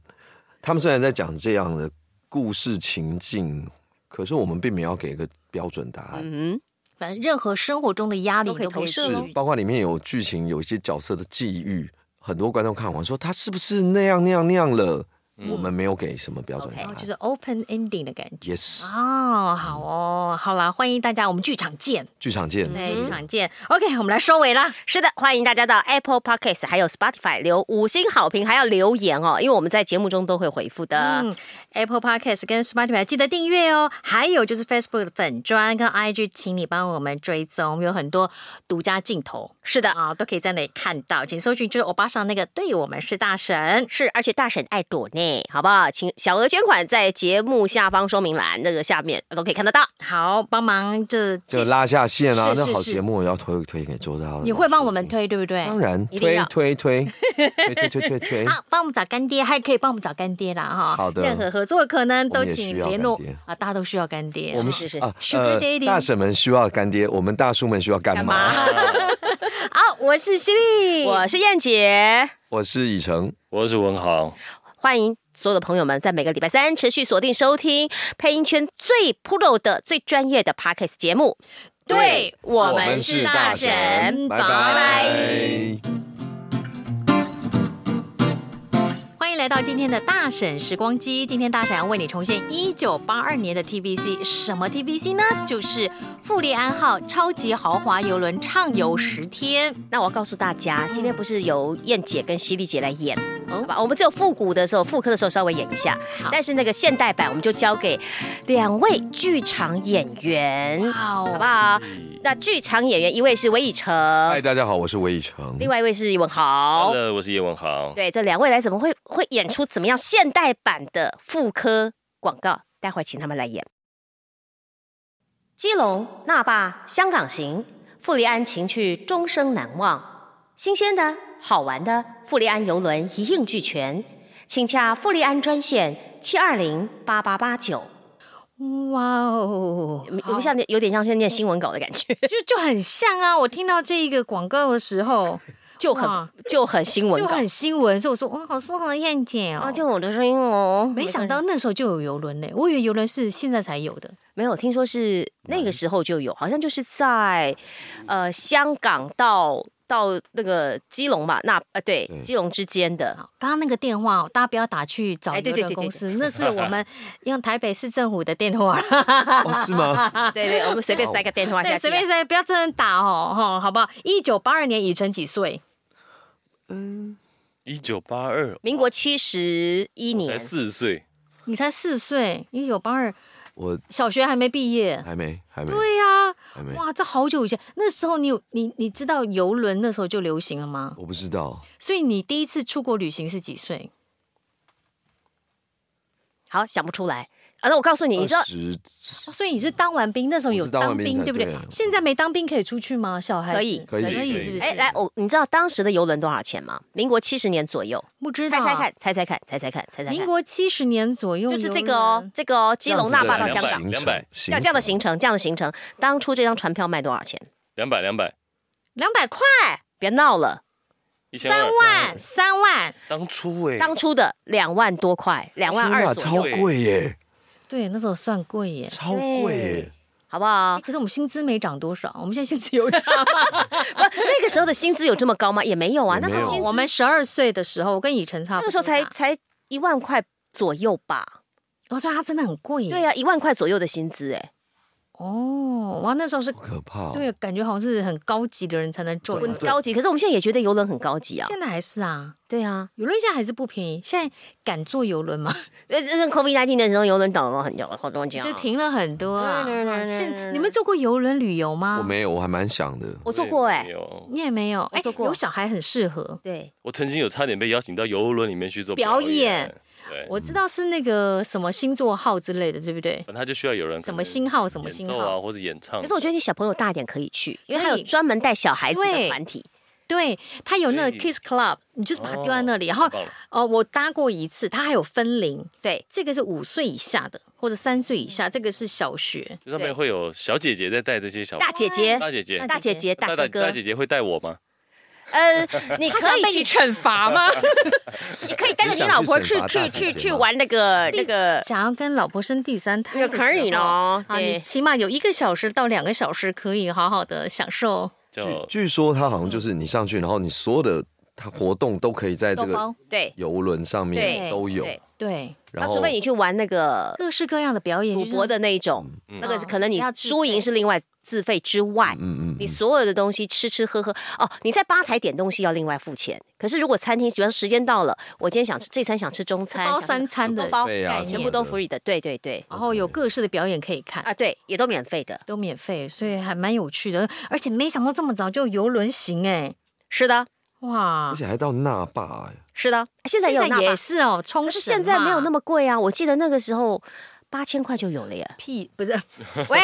[SPEAKER 3] 他们虽然在讲这样的故事情境，可是我们并没有给一个标准答案，
[SPEAKER 5] 嗯，
[SPEAKER 6] 反正任何生活中的压力
[SPEAKER 5] 都可以
[SPEAKER 6] 你
[SPEAKER 5] 投射
[SPEAKER 6] 去
[SPEAKER 5] 是
[SPEAKER 3] 是
[SPEAKER 5] 哦
[SPEAKER 3] 包括里面有剧情，有一些角色的际遇，很多观众看完说他是不是那样那样那样了。我们没有给什么标准
[SPEAKER 1] OK
[SPEAKER 3] 答
[SPEAKER 6] 然后
[SPEAKER 3] 案
[SPEAKER 6] 嗯哦就是 open ending 的感觉。
[SPEAKER 3] Yes，
[SPEAKER 6] 哦，好哦，好啦，欢迎大家，我们剧场见，
[SPEAKER 3] 剧场见。
[SPEAKER 6] 对，剧场见。OK，我们来收尾啦。
[SPEAKER 5] 是的，欢迎大家到 Apple Podcast 还有 Spotify 留五星好评，还要留言哦，因为我们在节目中都会回复的。
[SPEAKER 6] 嗯，Apple Podcast 跟 Spotify 记得订阅哦，还有就是 Facebook 的粉砖跟 IG，请你帮我们追踪，有很多独家镜头
[SPEAKER 5] 是的，
[SPEAKER 6] 啊，都可以在那里看到，请搜寻就是欧巴上那个对我们是大神。
[SPEAKER 5] 是，而且大婶爱朵呢，好不好？请小额捐款在节目下方说明栏那个下面都可以看得到。
[SPEAKER 6] 好，帮忙这
[SPEAKER 3] 就拉下线啊！
[SPEAKER 6] 是
[SPEAKER 3] 那
[SPEAKER 6] 是
[SPEAKER 3] 好
[SPEAKER 6] 是
[SPEAKER 3] 节目我要推推给周遭的。
[SPEAKER 6] 你会帮我们？推对不对？
[SPEAKER 3] 当然，
[SPEAKER 5] 哎一定
[SPEAKER 3] 推
[SPEAKER 5] 要
[SPEAKER 3] 推 推推推推推推。
[SPEAKER 6] 好，帮我们找干爹，还可以帮我们找干爹啦哈。
[SPEAKER 3] 好的
[SPEAKER 6] 任何合作可能都
[SPEAKER 3] 我们也
[SPEAKER 6] 请
[SPEAKER 3] 需要
[SPEAKER 6] 联络
[SPEAKER 3] 干爹
[SPEAKER 6] 啊，大家都需要干爹。
[SPEAKER 3] 我们
[SPEAKER 5] 是是
[SPEAKER 3] 啊
[SPEAKER 6] Sugar Daddy
[SPEAKER 3] 大婶们需要干爹，我们大叔们需要干妈。
[SPEAKER 6] 好，我是犀利，
[SPEAKER 5] 我是燕姐，
[SPEAKER 3] 我是以诚，
[SPEAKER 4] 我是文豪，
[SPEAKER 5] 欢迎所有的朋友们在每个礼拜三持续锁定收听配音圈最 pro 的、最专业的 Podcast 节目。
[SPEAKER 6] 对我
[SPEAKER 5] 们是大神
[SPEAKER 3] 拜
[SPEAKER 6] 拜
[SPEAKER 3] 拜。
[SPEAKER 6] 欢迎来到今天的大婶时光机。今天大婶要为你重现一九八二年的 TVC，什么 TVC 呢？就是富利安号超级豪华游轮畅游十天。
[SPEAKER 5] 那我要告诉大家，今天不是由燕姐跟犀利姐来演，
[SPEAKER 6] 哦
[SPEAKER 5] 好吧？我们只有复古的时候、复刻的时候稍微演一下
[SPEAKER 6] 好，
[SPEAKER 5] 但是那个现代版我们就交给两位剧场演员，
[SPEAKER 6] 哇
[SPEAKER 5] 好不
[SPEAKER 6] 哦，
[SPEAKER 5] 好？那剧场演员一位是韦以
[SPEAKER 3] 嗨，
[SPEAKER 5] 诚，
[SPEAKER 3] 大家好，我是韦以诚。
[SPEAKER 5] 另外一位是文豪。
[SPEAKER 4] Hello，我是叶文豪。
[SPEAKER 5] 对，这两位来怎么会会演
[SPEAKER 6] 哎
[SPEAKER 5] 出怎么样现代版的妇科广告？待会儿请他们来演。基隆那霸香港行，富丽安情趣终生难忘。新鲜的、好玩的富丽安游轮一应俱全，请洽富丽安专线七二零八八八九。
[SPEAKER 6] 哇哦，
[SPEAKER 5] 有没有
[SPEAKER 6] 好
[SPEAKER 5] 没有像念有点像现在念新闻稿的感觉，
[SPEAKER 6] 就就很像啊！我听到这一个广告的时候，
[SPEAKER 5] 就很
[SPEAKER 6] 哇
[SPEAKER 5] 就很新闻
[SPEAKER 6] 就
[SPEAKER 5] 稿
[SPEAKER 6] 很新闻，所以我说，嗯，好适合燕姐哦。
[SPEAKER 5] 啊，就我的声音哦。
[SPEAKER 6] 没想到那时候就有游轮嘞，我以为游轮是现在才有的。
[SPEAKER 5] 没有，听说是那个时候就有，好像就是在呃香港到到那个基隆嘛，那呃对
[SPEAKER 3] 对
[SPEAKER 5] 基隆之间的。
[SPEAKER 6] 好，刚刚那个电话哦，大家不要打去找
[SPEAKER 5] 哎对
[SPEAKER 6] 游
[SPEAKER 5] 对
[SPEAKER 6] 轮
[SPEAKER 5] 对对
[SPEAKER 6] 公司，那是我 们用台北市政府的电话。
[SPEAKER 3] 哦，是吗？
[SPEAKER 5] 对对，我们随便塞个电话下
[SPEAKER 6] 对，
[SPEAKER 5] 去
[SPEAKER 6] 随
[SPEAKER 5] 啊。
[SPEAKER 6] 便随便，不要真的打哦，吼，好不好？一九八二年，以晨几岁？
[SPEAKER 4] 一九八二，
[SPEAKER 5] 民国七十一
[SPEAKER 4] 才
[SPEAKER 5] 年，
[SPEAKER 4] 四岁，
[SPEAKER 6] 你才四岁，一九八二，
[SPEAKER 3] 我
[SPEAKER 6] 小学还没毕业。
[SPEAKER 3] 还没，还没，
[SPEAKER 5] 啊
[SPEAKER 6] 对呀、
[SPEAKER 3] 还没。
[SPEAKER 6] 哇，这好久以前，那时候你有你你知道游轮那时候就流行了吗？
[SPEAKER 3] 我不知道，
[SPEAKER 6] 所以你第一次出国旅行是几岁？
[SPEAKER 5] 好想不出来啊。那我告诉你，你知道
[SPEAKER 3] 二十
[SPEAKER 6] 哦所以你是当完兵，那时候
[SPEAKER 3] 我
[SPEAKER 6] 有
[SPEAKER 3] 是当完兵
[SPEAKER 6] 兵，
[SPEAKER 3] 才
[SPEAKER 6] 对不对
[SPEAKER 3] 对？啊
[SPEAKER 6] 现在没当兵可以出去吗？小孩子
[SPEAKER 5] 可以
[SPEAKER 3] 可以
[SPEAKER 6] 可以
[SPEAKER 3] 可以
[SPEAKER 6] 是不是？
[SPEAKER 5] 哎来，我你知道当时的游轮多少钱吗？民国七十年左右，
[SPEAKER 6] 不知
[SPEAKER 5] 猜
[SPEAKER 6] 道，
[SPEAKER 5] 猜看，猜猜看，猜猜看，猜猜
[SPEAKER 6] 民
[SPEAKER 5] 看，
[SPEAKER 6] 国七十年左右，
[SPEAKER 5] 就是这个 哦，，这个哦，基隆那霸到香港，
[SPEAKER 3] 行
[SPEAKER 4] 两
[SPEAKER 3] 程
[SPEAKER 4] 百
[SPEAKER 5] 这样这样的行程，这样的行程，当初这张船票卖多少钱？
[SPEAKER 4] 两百两百，
[SPEAKER 6] 两百块，
[SPEAKER 5] 别闹了，
[SPEAKER 4] 一
[SPEAKER 3] 啊
[SPEAKER 4] 千
[SPEAKER 6] 三
[SPEAKER 4] 二，
[SPEAKER 6] 万，三万，
[SPEAKER 4] 当初哎，
[SPEAKER 5] 当初的两万多块，两万
[SPEAKER 3] 天
[SPEAKER 5] 二
[SPEAKER 3] 啊
[SPEAKER 5] 左右。
[SPEAKER 3] 超贵耶，
[SPEAKER 6] 对，那时候算贵耶。
[SPEAKER 3] 超贵耶！
[SPEAKER 5] 好不好
[SPEAKER 6] 哎？可是我们薪资没涨多少，我们现在薪 资有涨吗？
[SPEAKER 5] 不，那个时候的薪资有这么高吗？也没有啊，那
[SPEAKER 3] 也没
[SPEAKER 5] 时
[SPEAKER 3] 有
[SPEAKER 5] 候薪资
[SPEAKER 6] 我们十二岁的时候，我跟以晨差
[SPEAKER 5] 那
[SPEAKER 6] 不多，
[SPEAKER 5] 个时候才，才一万块左右吧？
[SPEAKER 6] 我哦说他真的很贵耶。
[SPEAKER 5] 对呀、啊，一万块左右的薪资，哎，
[SPEAKER 6] 哦，哇，那时候是
[SPEAKER 3] 好，可怕哦。啊
[SPEAKER 6] 对，感觉好像是很高级的人才能坐游
[SPEAKER 5] 很
[SPEAKER 6] 轮，
[SPEAKER 5] 高级。可是我们现在也觉得游轮很高级啊。
[SPEAKER 6] 现在还是啊，
[SPEAKER 5] 对啊，
[SPEAKER 6] 游轮现在还是不便宜。现在敢坐游轮吗？
[SPEAKER 5] 呃，这 COVID 1 9的时候，游轮倒了很久，好多钱、啊。
[SPEAKER 6] 就停了很多啊。
[SPEAKER 5] 对对对对对
[SPEAKER 6] 是你们坐过游轮旅游吗？
[SPEAKER 5] 啊
[SPEAKER 3] 我没有，我还蛮想的。
[SPEAKER 5] 我做过
[SPEAKER 6] 欸
[SPEAKER 5] 哎、
[SPEAKER 4] 没有，
[SPEAKER 6] 你也没有。哎，
[SPEAKER 5] 坐过
[SPEAKER 6] 有小孩很适合。
[SPEAKER 5] 对，
[SPEAKER 4] 我曾经有差点被邀请到游轮里面去做
[SPEAKER 6] 表
[SPEAKER 4] 演，对，
[SPEAKER 6] 我知道是那个什么星座号之类的，对不对？
[SPEAKER 4] 反正他就需要有人
[SPEAKER 6] 什么星号，什么星
[SPEAKER 4] 嗯演奏啊，
[SPEAKER 6] 号？
[SPEAKER 4] 或者演
[SPEAKER 3] 嗯
[SPEAKER 4] 唱。
[SPEAKER 5] 可是我觉得你小朋友大一点可以去，因为他
[SPEAKER 6] 可以
[SPEAKER 5] 有专门带小孩子的
[SPEAKER 6] 对
[SPEAKER 5] 团体。
[SPEAKER 6] 对，它有那个
[SPEAKER 4] 所以
[SPEAKER 6] Kiss Club，你就是把它丢在那里，
[SPEAKER 4] 哎哦
[SPEAKER 6] 然
[SPEAKER 4] 太
[SPEAKER 6] 后
[SPEAKER 4] 棒了
[SPEAKER 6] 哦，我搭过一次，它还有分龄，
[SPEAKER 5] 对，嗯
[SPEAKER 6] 这个是五岁以下的，或者三岁以下，这个是小学。
[SPEAKER 4] 就上
[SPEAKER 5] 对
[SPEAKER 4] 面会有小姐姐在带这些小
[SPEAKER 5] 大姐姐、
[SPEAKER 4] 大姐姐，
[SPEAKER 5] 大姐姐、大
[SPEAKER 4] 大
[SPEAKER 5] 哥
[SPEAKER 4] 大
[SPEAKER 5] 哥，
[SPEAKER 4] 姐姐会带我吗？
[SPEAKER 5] 呃，你可以去
[SPEAKER 6] 惩罚吗？
[SPEAKER 5] 你可以带着你老婆去
[SPEAKER 3] 你
[SPEAKER 5] 去
[SPEAKER 3] 想去惩罚大姐
[SPEAKER 5] 去
[SPEAKER 3] 姐
[SPEAKER 5] 去
[SPEAKER 3] 吗
[SPEAKER 5] 玩那个那个，
[SPEAKER 6] 想要跟老婆生第三胎
[SPEAKER 5] 也
[SPEAKER 6] 的
[SPEAKER 5] 可
[SPEAKER 6] 时
[SPEAKER 5] 以
[SPEAKER 6] 候
[SPEAKER 3] 哦
[SPEAKER 5] 咯
[SPEAKER 6] 啊，你
[SPEAKER 5] 对
[SPEAKER 6] 起码有一个小时到两个小时可以好好的享受。
[SPEAKER 4] 叫
[SPEAKER 3] 据据说他好像就是你上去，然后你所有的它活动都可以在这
[SPEAKER 6] 嗯都
[SPEAKER 3] 个
[SPEAKER 6] 包
[SPEAKER 5] 对
[SPEAKER 3] 游轮上面
[SPEAKER 5] 对
[SPEAKER 3] 都有，
[SPEAKER 5] 对
[SPEAKER 6] 对
[SPEAKER 3] 然
[SPEAKER 5] 那
[SPEAKER 3] 后
[SPEAKER 5] 除非你去玩那个
[SPEAKER 6] 各式各样的表演，
[SPEAKER 5] 赌
[SPEAKER 6] 就是
[SPEAKER 5] 博的那一种，
[SPEAKER 4] 嗯
[SPEAKER 5] 那个是
[SPEAKER 6] 嗯
[SPEAKER 5] 可能你
[SPEAKER 6] 要自费
[SPEAKER 5] 输赢是另外自费之外，
[SPEAKER 3] 嗯嗯
[SPEAKER 5] 你
[SPEAKER 3] 嗯，
[SPEAKER 5] 所有的东西吃吃喝喝哦，你在吧台点东西要另外付钱。可是如果餐厅，比方时间到了，我今天想吃这餐想吃中餐，
[SPEAKER 6] 包
[SPEAKER 5] 想吃
[SPEAKER 6] 三餐的
[SPEAKER 5] 都包
[SPEAKER 3] 对
[SPEAKER 6] 概
[SPEAKER 3] 啊，
[SPEAKER 6] 念
[SPEAKER 5] 全部都 free 的，对对对
[SPEAKER 6] 然后有各式的表演可以看。
[SPEAKER 5] 啊，对，也都免费的。
[SPEAKER 6] 都免费，所以还蛮有趣的，而且没想到这么早就游轮行哎，
[SPEAKER 5] 是的，
[SPEAKER 6] 哇
[SPEAKER 3] 而！且还到那霸、哎
[SPEAKER 5] 是的，现在也有
[SPEAKER 6] 现
[SPEAKER 5] 那
[SPEAKER 6] 在
[SPEAKER 5] 么
[SPEAKER 6] 也，是哦，冲
[SPEAKER 5] 可是现在没有那
[SPEAKER 6] 么
[SPEAKER 5] 么贵啊。我记得那个时候八千块就有了耶。
[SPEAKER 6] 屁，不是
[SPEAKER 5] 喂，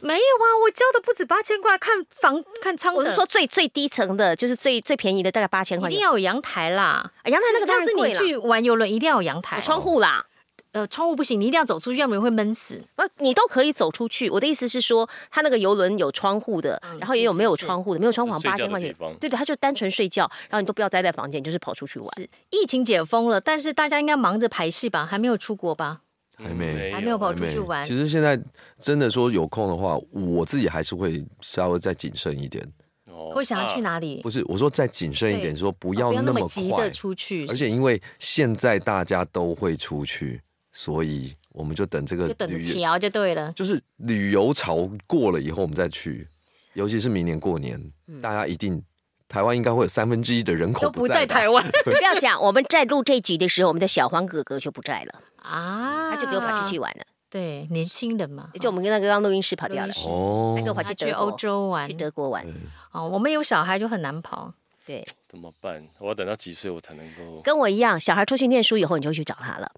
[SPEAKER 6] 没有啊，我交的不止八千块，看房看仓的，
[SPEAKER 5] 我是说最最低层的，就是最最便宜的，大概八千块
[SPEAKER 6] 一
[SPEAKER 5] 钱。
[SPEAKER 6] 定要有阳台啦。
[SPEAKER 5] 啊阳台那个当
[SPEAKER 6] 要
[SPEAKER 5] 然
[SPEAKER 6] 是
[SPEAKER 5] 贵哎
[SPEAKER 6] 你
[SPEAKER 5] 了，
[SPEAKER 6] 去玩游轮，一定要有阳台哦
[SPEAKER 5] 有，窗户啦。
[SPEAKER 6] 呃，窗户不行，你一定要走出去，要不然会闷死。
[SPEAKER 5] 不，哦你都可以走出去。我的意思是说，他那个游轮有窗户的，
[SPEAKER 6] 嗯
[SPEAKER 5] 然后也
[SPEAKER 6] 是
[SPEAKER 5] 有
[SPEAKER 6] 是
[SPEAKER 5] 没有
[SPEAKER 6] 是
[SPEAKER 5] 窗户的，没有窗户
[SPEAKER 4] 就
[SPEAKER 5] 好
[SPEAKER 4] 睡
[SPEAKER 5] 像八
[SPEAKER 4] 觉
[SPEAKER 5] 千
[SPEAKER 4] 的
[SPEAKER 5] 块
[SPEAKER 4] 地
[SPEAKER 5] 钱
[SPEAKER 4] 方。
[SPEAKER 5] 对对，他就单纯睡觉，然后你都不要待在房间，你就是跑出去玩。
[SPEAKER 6] 是疫情解封了，但是大家应该忙着排戏吧，还没有出国吧，
[SPEAKER 4] 嗯
[SPEAKER 3] 还没
[SPEAKER 6] 还没有哦跑出去玩
[SPEAKER 3] 其。实现在真的说有空的话，我自己还是会稍微再谨慎一点。
[SPEAKER 4] 哦
[SPEAKER 6] 会想要去
[SPEAKER 4] 啊
[SPEAKER 6] 哪里？
[SPEAKER 3] 不是，我说再谨慎一点，
[SPEAKER 6] 对啊
[SPEAKER 3] 说不
[SPEAKER 6] 不
[SPEAKER 3] 要
[SPEAKER 6] 那
[SPEAKER 3] 那么
[SPEAKER 6] 急
[SPEAKER 3] 快
[SPEAKER 6] 着。出去，
[SPEAKER 3] 而且因为现在大家都会出去，所以我们就等这个
[SPEAKER 6] 就等着
[SPEAKER 3] 旅游，
[SPEAKER 6] 瞧就对了。
[SPEAKER 3] 就是旅游潮过了以后，我们再去。尤其是明年过年，大家一定台湾应该会有三分之一的人口
[SPEAKER 6] 嗯都不
[SPEAKER 3] 在
[SPEAKER 6] 在
[SPEAKER 3] 吧
[SPEAKER 6] 台湾
[SPEAKER 5] 不要讲，我们在录这集的时候，我们的小黄哥哥就不在了，
[SPEAKER 6] 啊，
[SPEAKER 5] 他就给我跑出去玩了，
[SPEAKER 6] 对，年轻人嘛，
[SPEAKER 5] 就我们跟那个刚录音师跑掉了
[SPEAKER 6] 录音，室
[SPEAKER 3] 哦
[SPEAKER 5] 他。给我跑
[SPEAKER 6] 他
[SPEAKER 5] 去
[SPEAKER 6] 去
[SPEAKER 5] 德
[SPEAKER 6] 欧
[SPEAKER 5] 国，
[SPEAKER 6] 洲玩
[SPEAKER 5] 去德国玩。
[SPEAKER 4] 嗯
[SPEAKER 6] 哦，我们有小孩就很难跑。
[SPEAKER 5] 对，
[SPEAKER 4] 怎么办？我要等到几岁我才能够
[SPEAKER 5] 跟我一样，小孩出去念书以后，你就去找他了。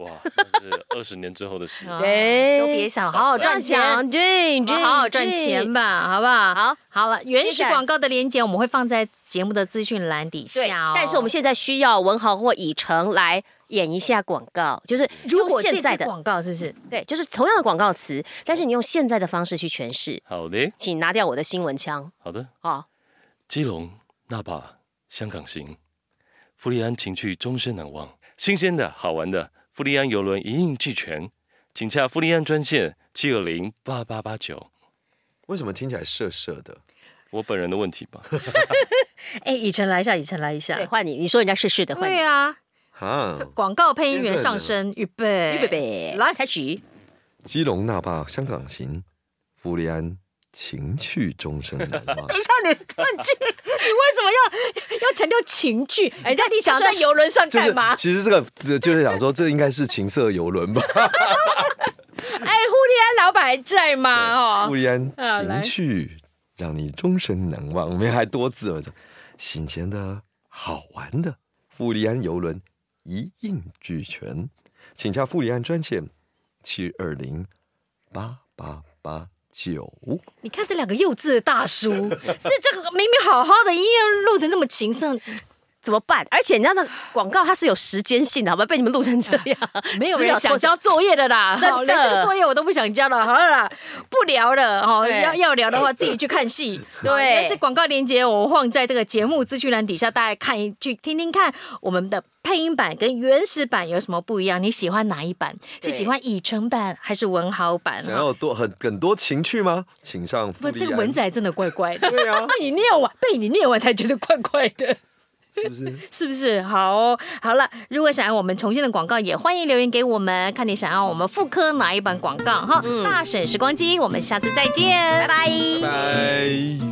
[SPEAKER 4] 哇？那是二十年之后
[SPEAKER 5] 哎
[SPEAKER 4] 的事。
[SPEAKER 6] 啊
[SPEAKER 5] 对
[SPEAKER 6] 都别想，好好赚钱，
[SPEAKER 5] 想对，
[SPEAKER 6] 我
[SPEAKER 5] 你
[SPEAKER 6] 们好好赚钱。吧，好不好？
[SPEAKER 5] 好，
[SPEAKER 6] 好了，原始
[SPEAKER 5] 下来
[SPEAKER 6] 广告的链接我们会放在节目的资讯栏底
[SPEAKER 5] 对
[SPEAKER 6] 下、哦，。
[SPEAKER 5] 但是我们现在需要文豪或以诚来演一下广告，就是
[SPEAKER 6] 如
[SPEAKER 5] 用
[SPEAKER 6] 果
[SPEAKER 5] 现
[SPEAKER 6] 现
[SPEAKER 5] 在
[SPEAKER 6] 在
[SPEAKER 5] 的
[SPEAKER 6] 的广告是不是？
[SPEAKER 5] 对，就是同样的广告词，但是你用现在的方式去诠释。
[SPEAKER 4] 好的，
[SPEAKER 5] 请拿掉我的新闻腔
[SPEAKER 4] 好的。
[SPEAKER 5] 啊！
[SPEAKER 4] 基隆、那霸、香港行，富利安情趣终身难忘，新鲜的好玩的富利安游轮一应俱全，请洽富利安专线七二零八八八九。
[SPEAKER 3] 为什么听起来涩涩的？
[SPEAKER 4] 我本人的问题吧，
[SPEAKER 6] 哎，以晨来一下，以晨来一下
[SPEAKER 5] 对，。换你，你说人家是是的，换你
[SPEAKER 6] 对，啊，
[SPEAKER 3] 哈，
[SPEAKER 6] 广告配音员上身，预
[SPEAKER 5] 预
[SPEAKER 6] 备，
[SPEAKER 5] 备备，
[SPEAKER 6] 来
[SPEAKER 5] 开始。
[SPEAKER 3] 基隆那霸香港行，福利安情趣终身难 忘。
[SPEAKER 6] 等一下， 你断句，你为什么要要强调情趣？
[SPEAKER 5] 哎
[SPEAKER 6] 人家你想在游轮上
[SPEAKER 3] 就是
[SPEAKER 6] 干嘛？
[SPEAKER 3] 其实这个这就是想说，这应该是情色游轮吧？
[SPEAKER 6] 哎，胡利安老板还在吗？
[SPEAKER 3] 不
[SPEAKER 6] 哦，
[SPEAKER 3] 然
[SPEAKER 6] 啊来
[SPEAKER 3] 情趣让你终身难忘。我们还多字了，新鲜的好玩的富利安游轮一应俱全，请加富利安专线七二零八八八九。
[SPEAKER 6] 你看这两个幼稚的 大叔，是这个明明好好的，一定录的那么情圣，
[SPEAKER 5] 怎么办？而且你知道那广告它是有时间性的，好吧？被你们录成这样，
[SPEAKER 6] 啊没有
[SPEAKER 5] 10
[SPEAKER 6] 人
[SPEAKER 5] 秒
[SPEAKER 6] 想
[SPEAKER 5] 多久
[SPEAKER 6] 交作业的 啦，
[SPEAKER 5] 真的
[SPEAKER 6] 好连这个作业我都不想交了，好了啦，不聊了哦。
[SPEAKER 5] 对
[SPEAKER 6] 要要聊的话，自己去看 戏。
[SPEAKER 5] 对
[SPEAKER 6] 好但是广告链接我放在这个节目资讯栏底下，大家看一句听听看，我们的配音版跟原始版有什么不一样？你喜欢哪一版？
[SPEAKER 5] 对
[SPEAKER 6] 是喜欢以诚版还是文豪版？
[SPEAKER 3] 想要多很很多情趣吗？请上富
[SPEAKER 6] 不，
[SPEAKER 3] 利
[SPEAKER 6] 这
[SPEAKER 3] 安。
[SPEAKER 6] 个文仔真的怪怪的。
[SPEAKER 3] 对啊，
[SPEAKER 6] 被你念完，被你念完才觉得怪怪的，
[SPEAKER 3] 是不是？
[SPEAKER 6] 是不是？好哦、好了，如果想要我们重新的广告，也欢迎留言给我们，看你想要我们复刻哪一版广告哈。大婶时光机，我们下次再见，拜拜。
[SPEAKER 3] 拜。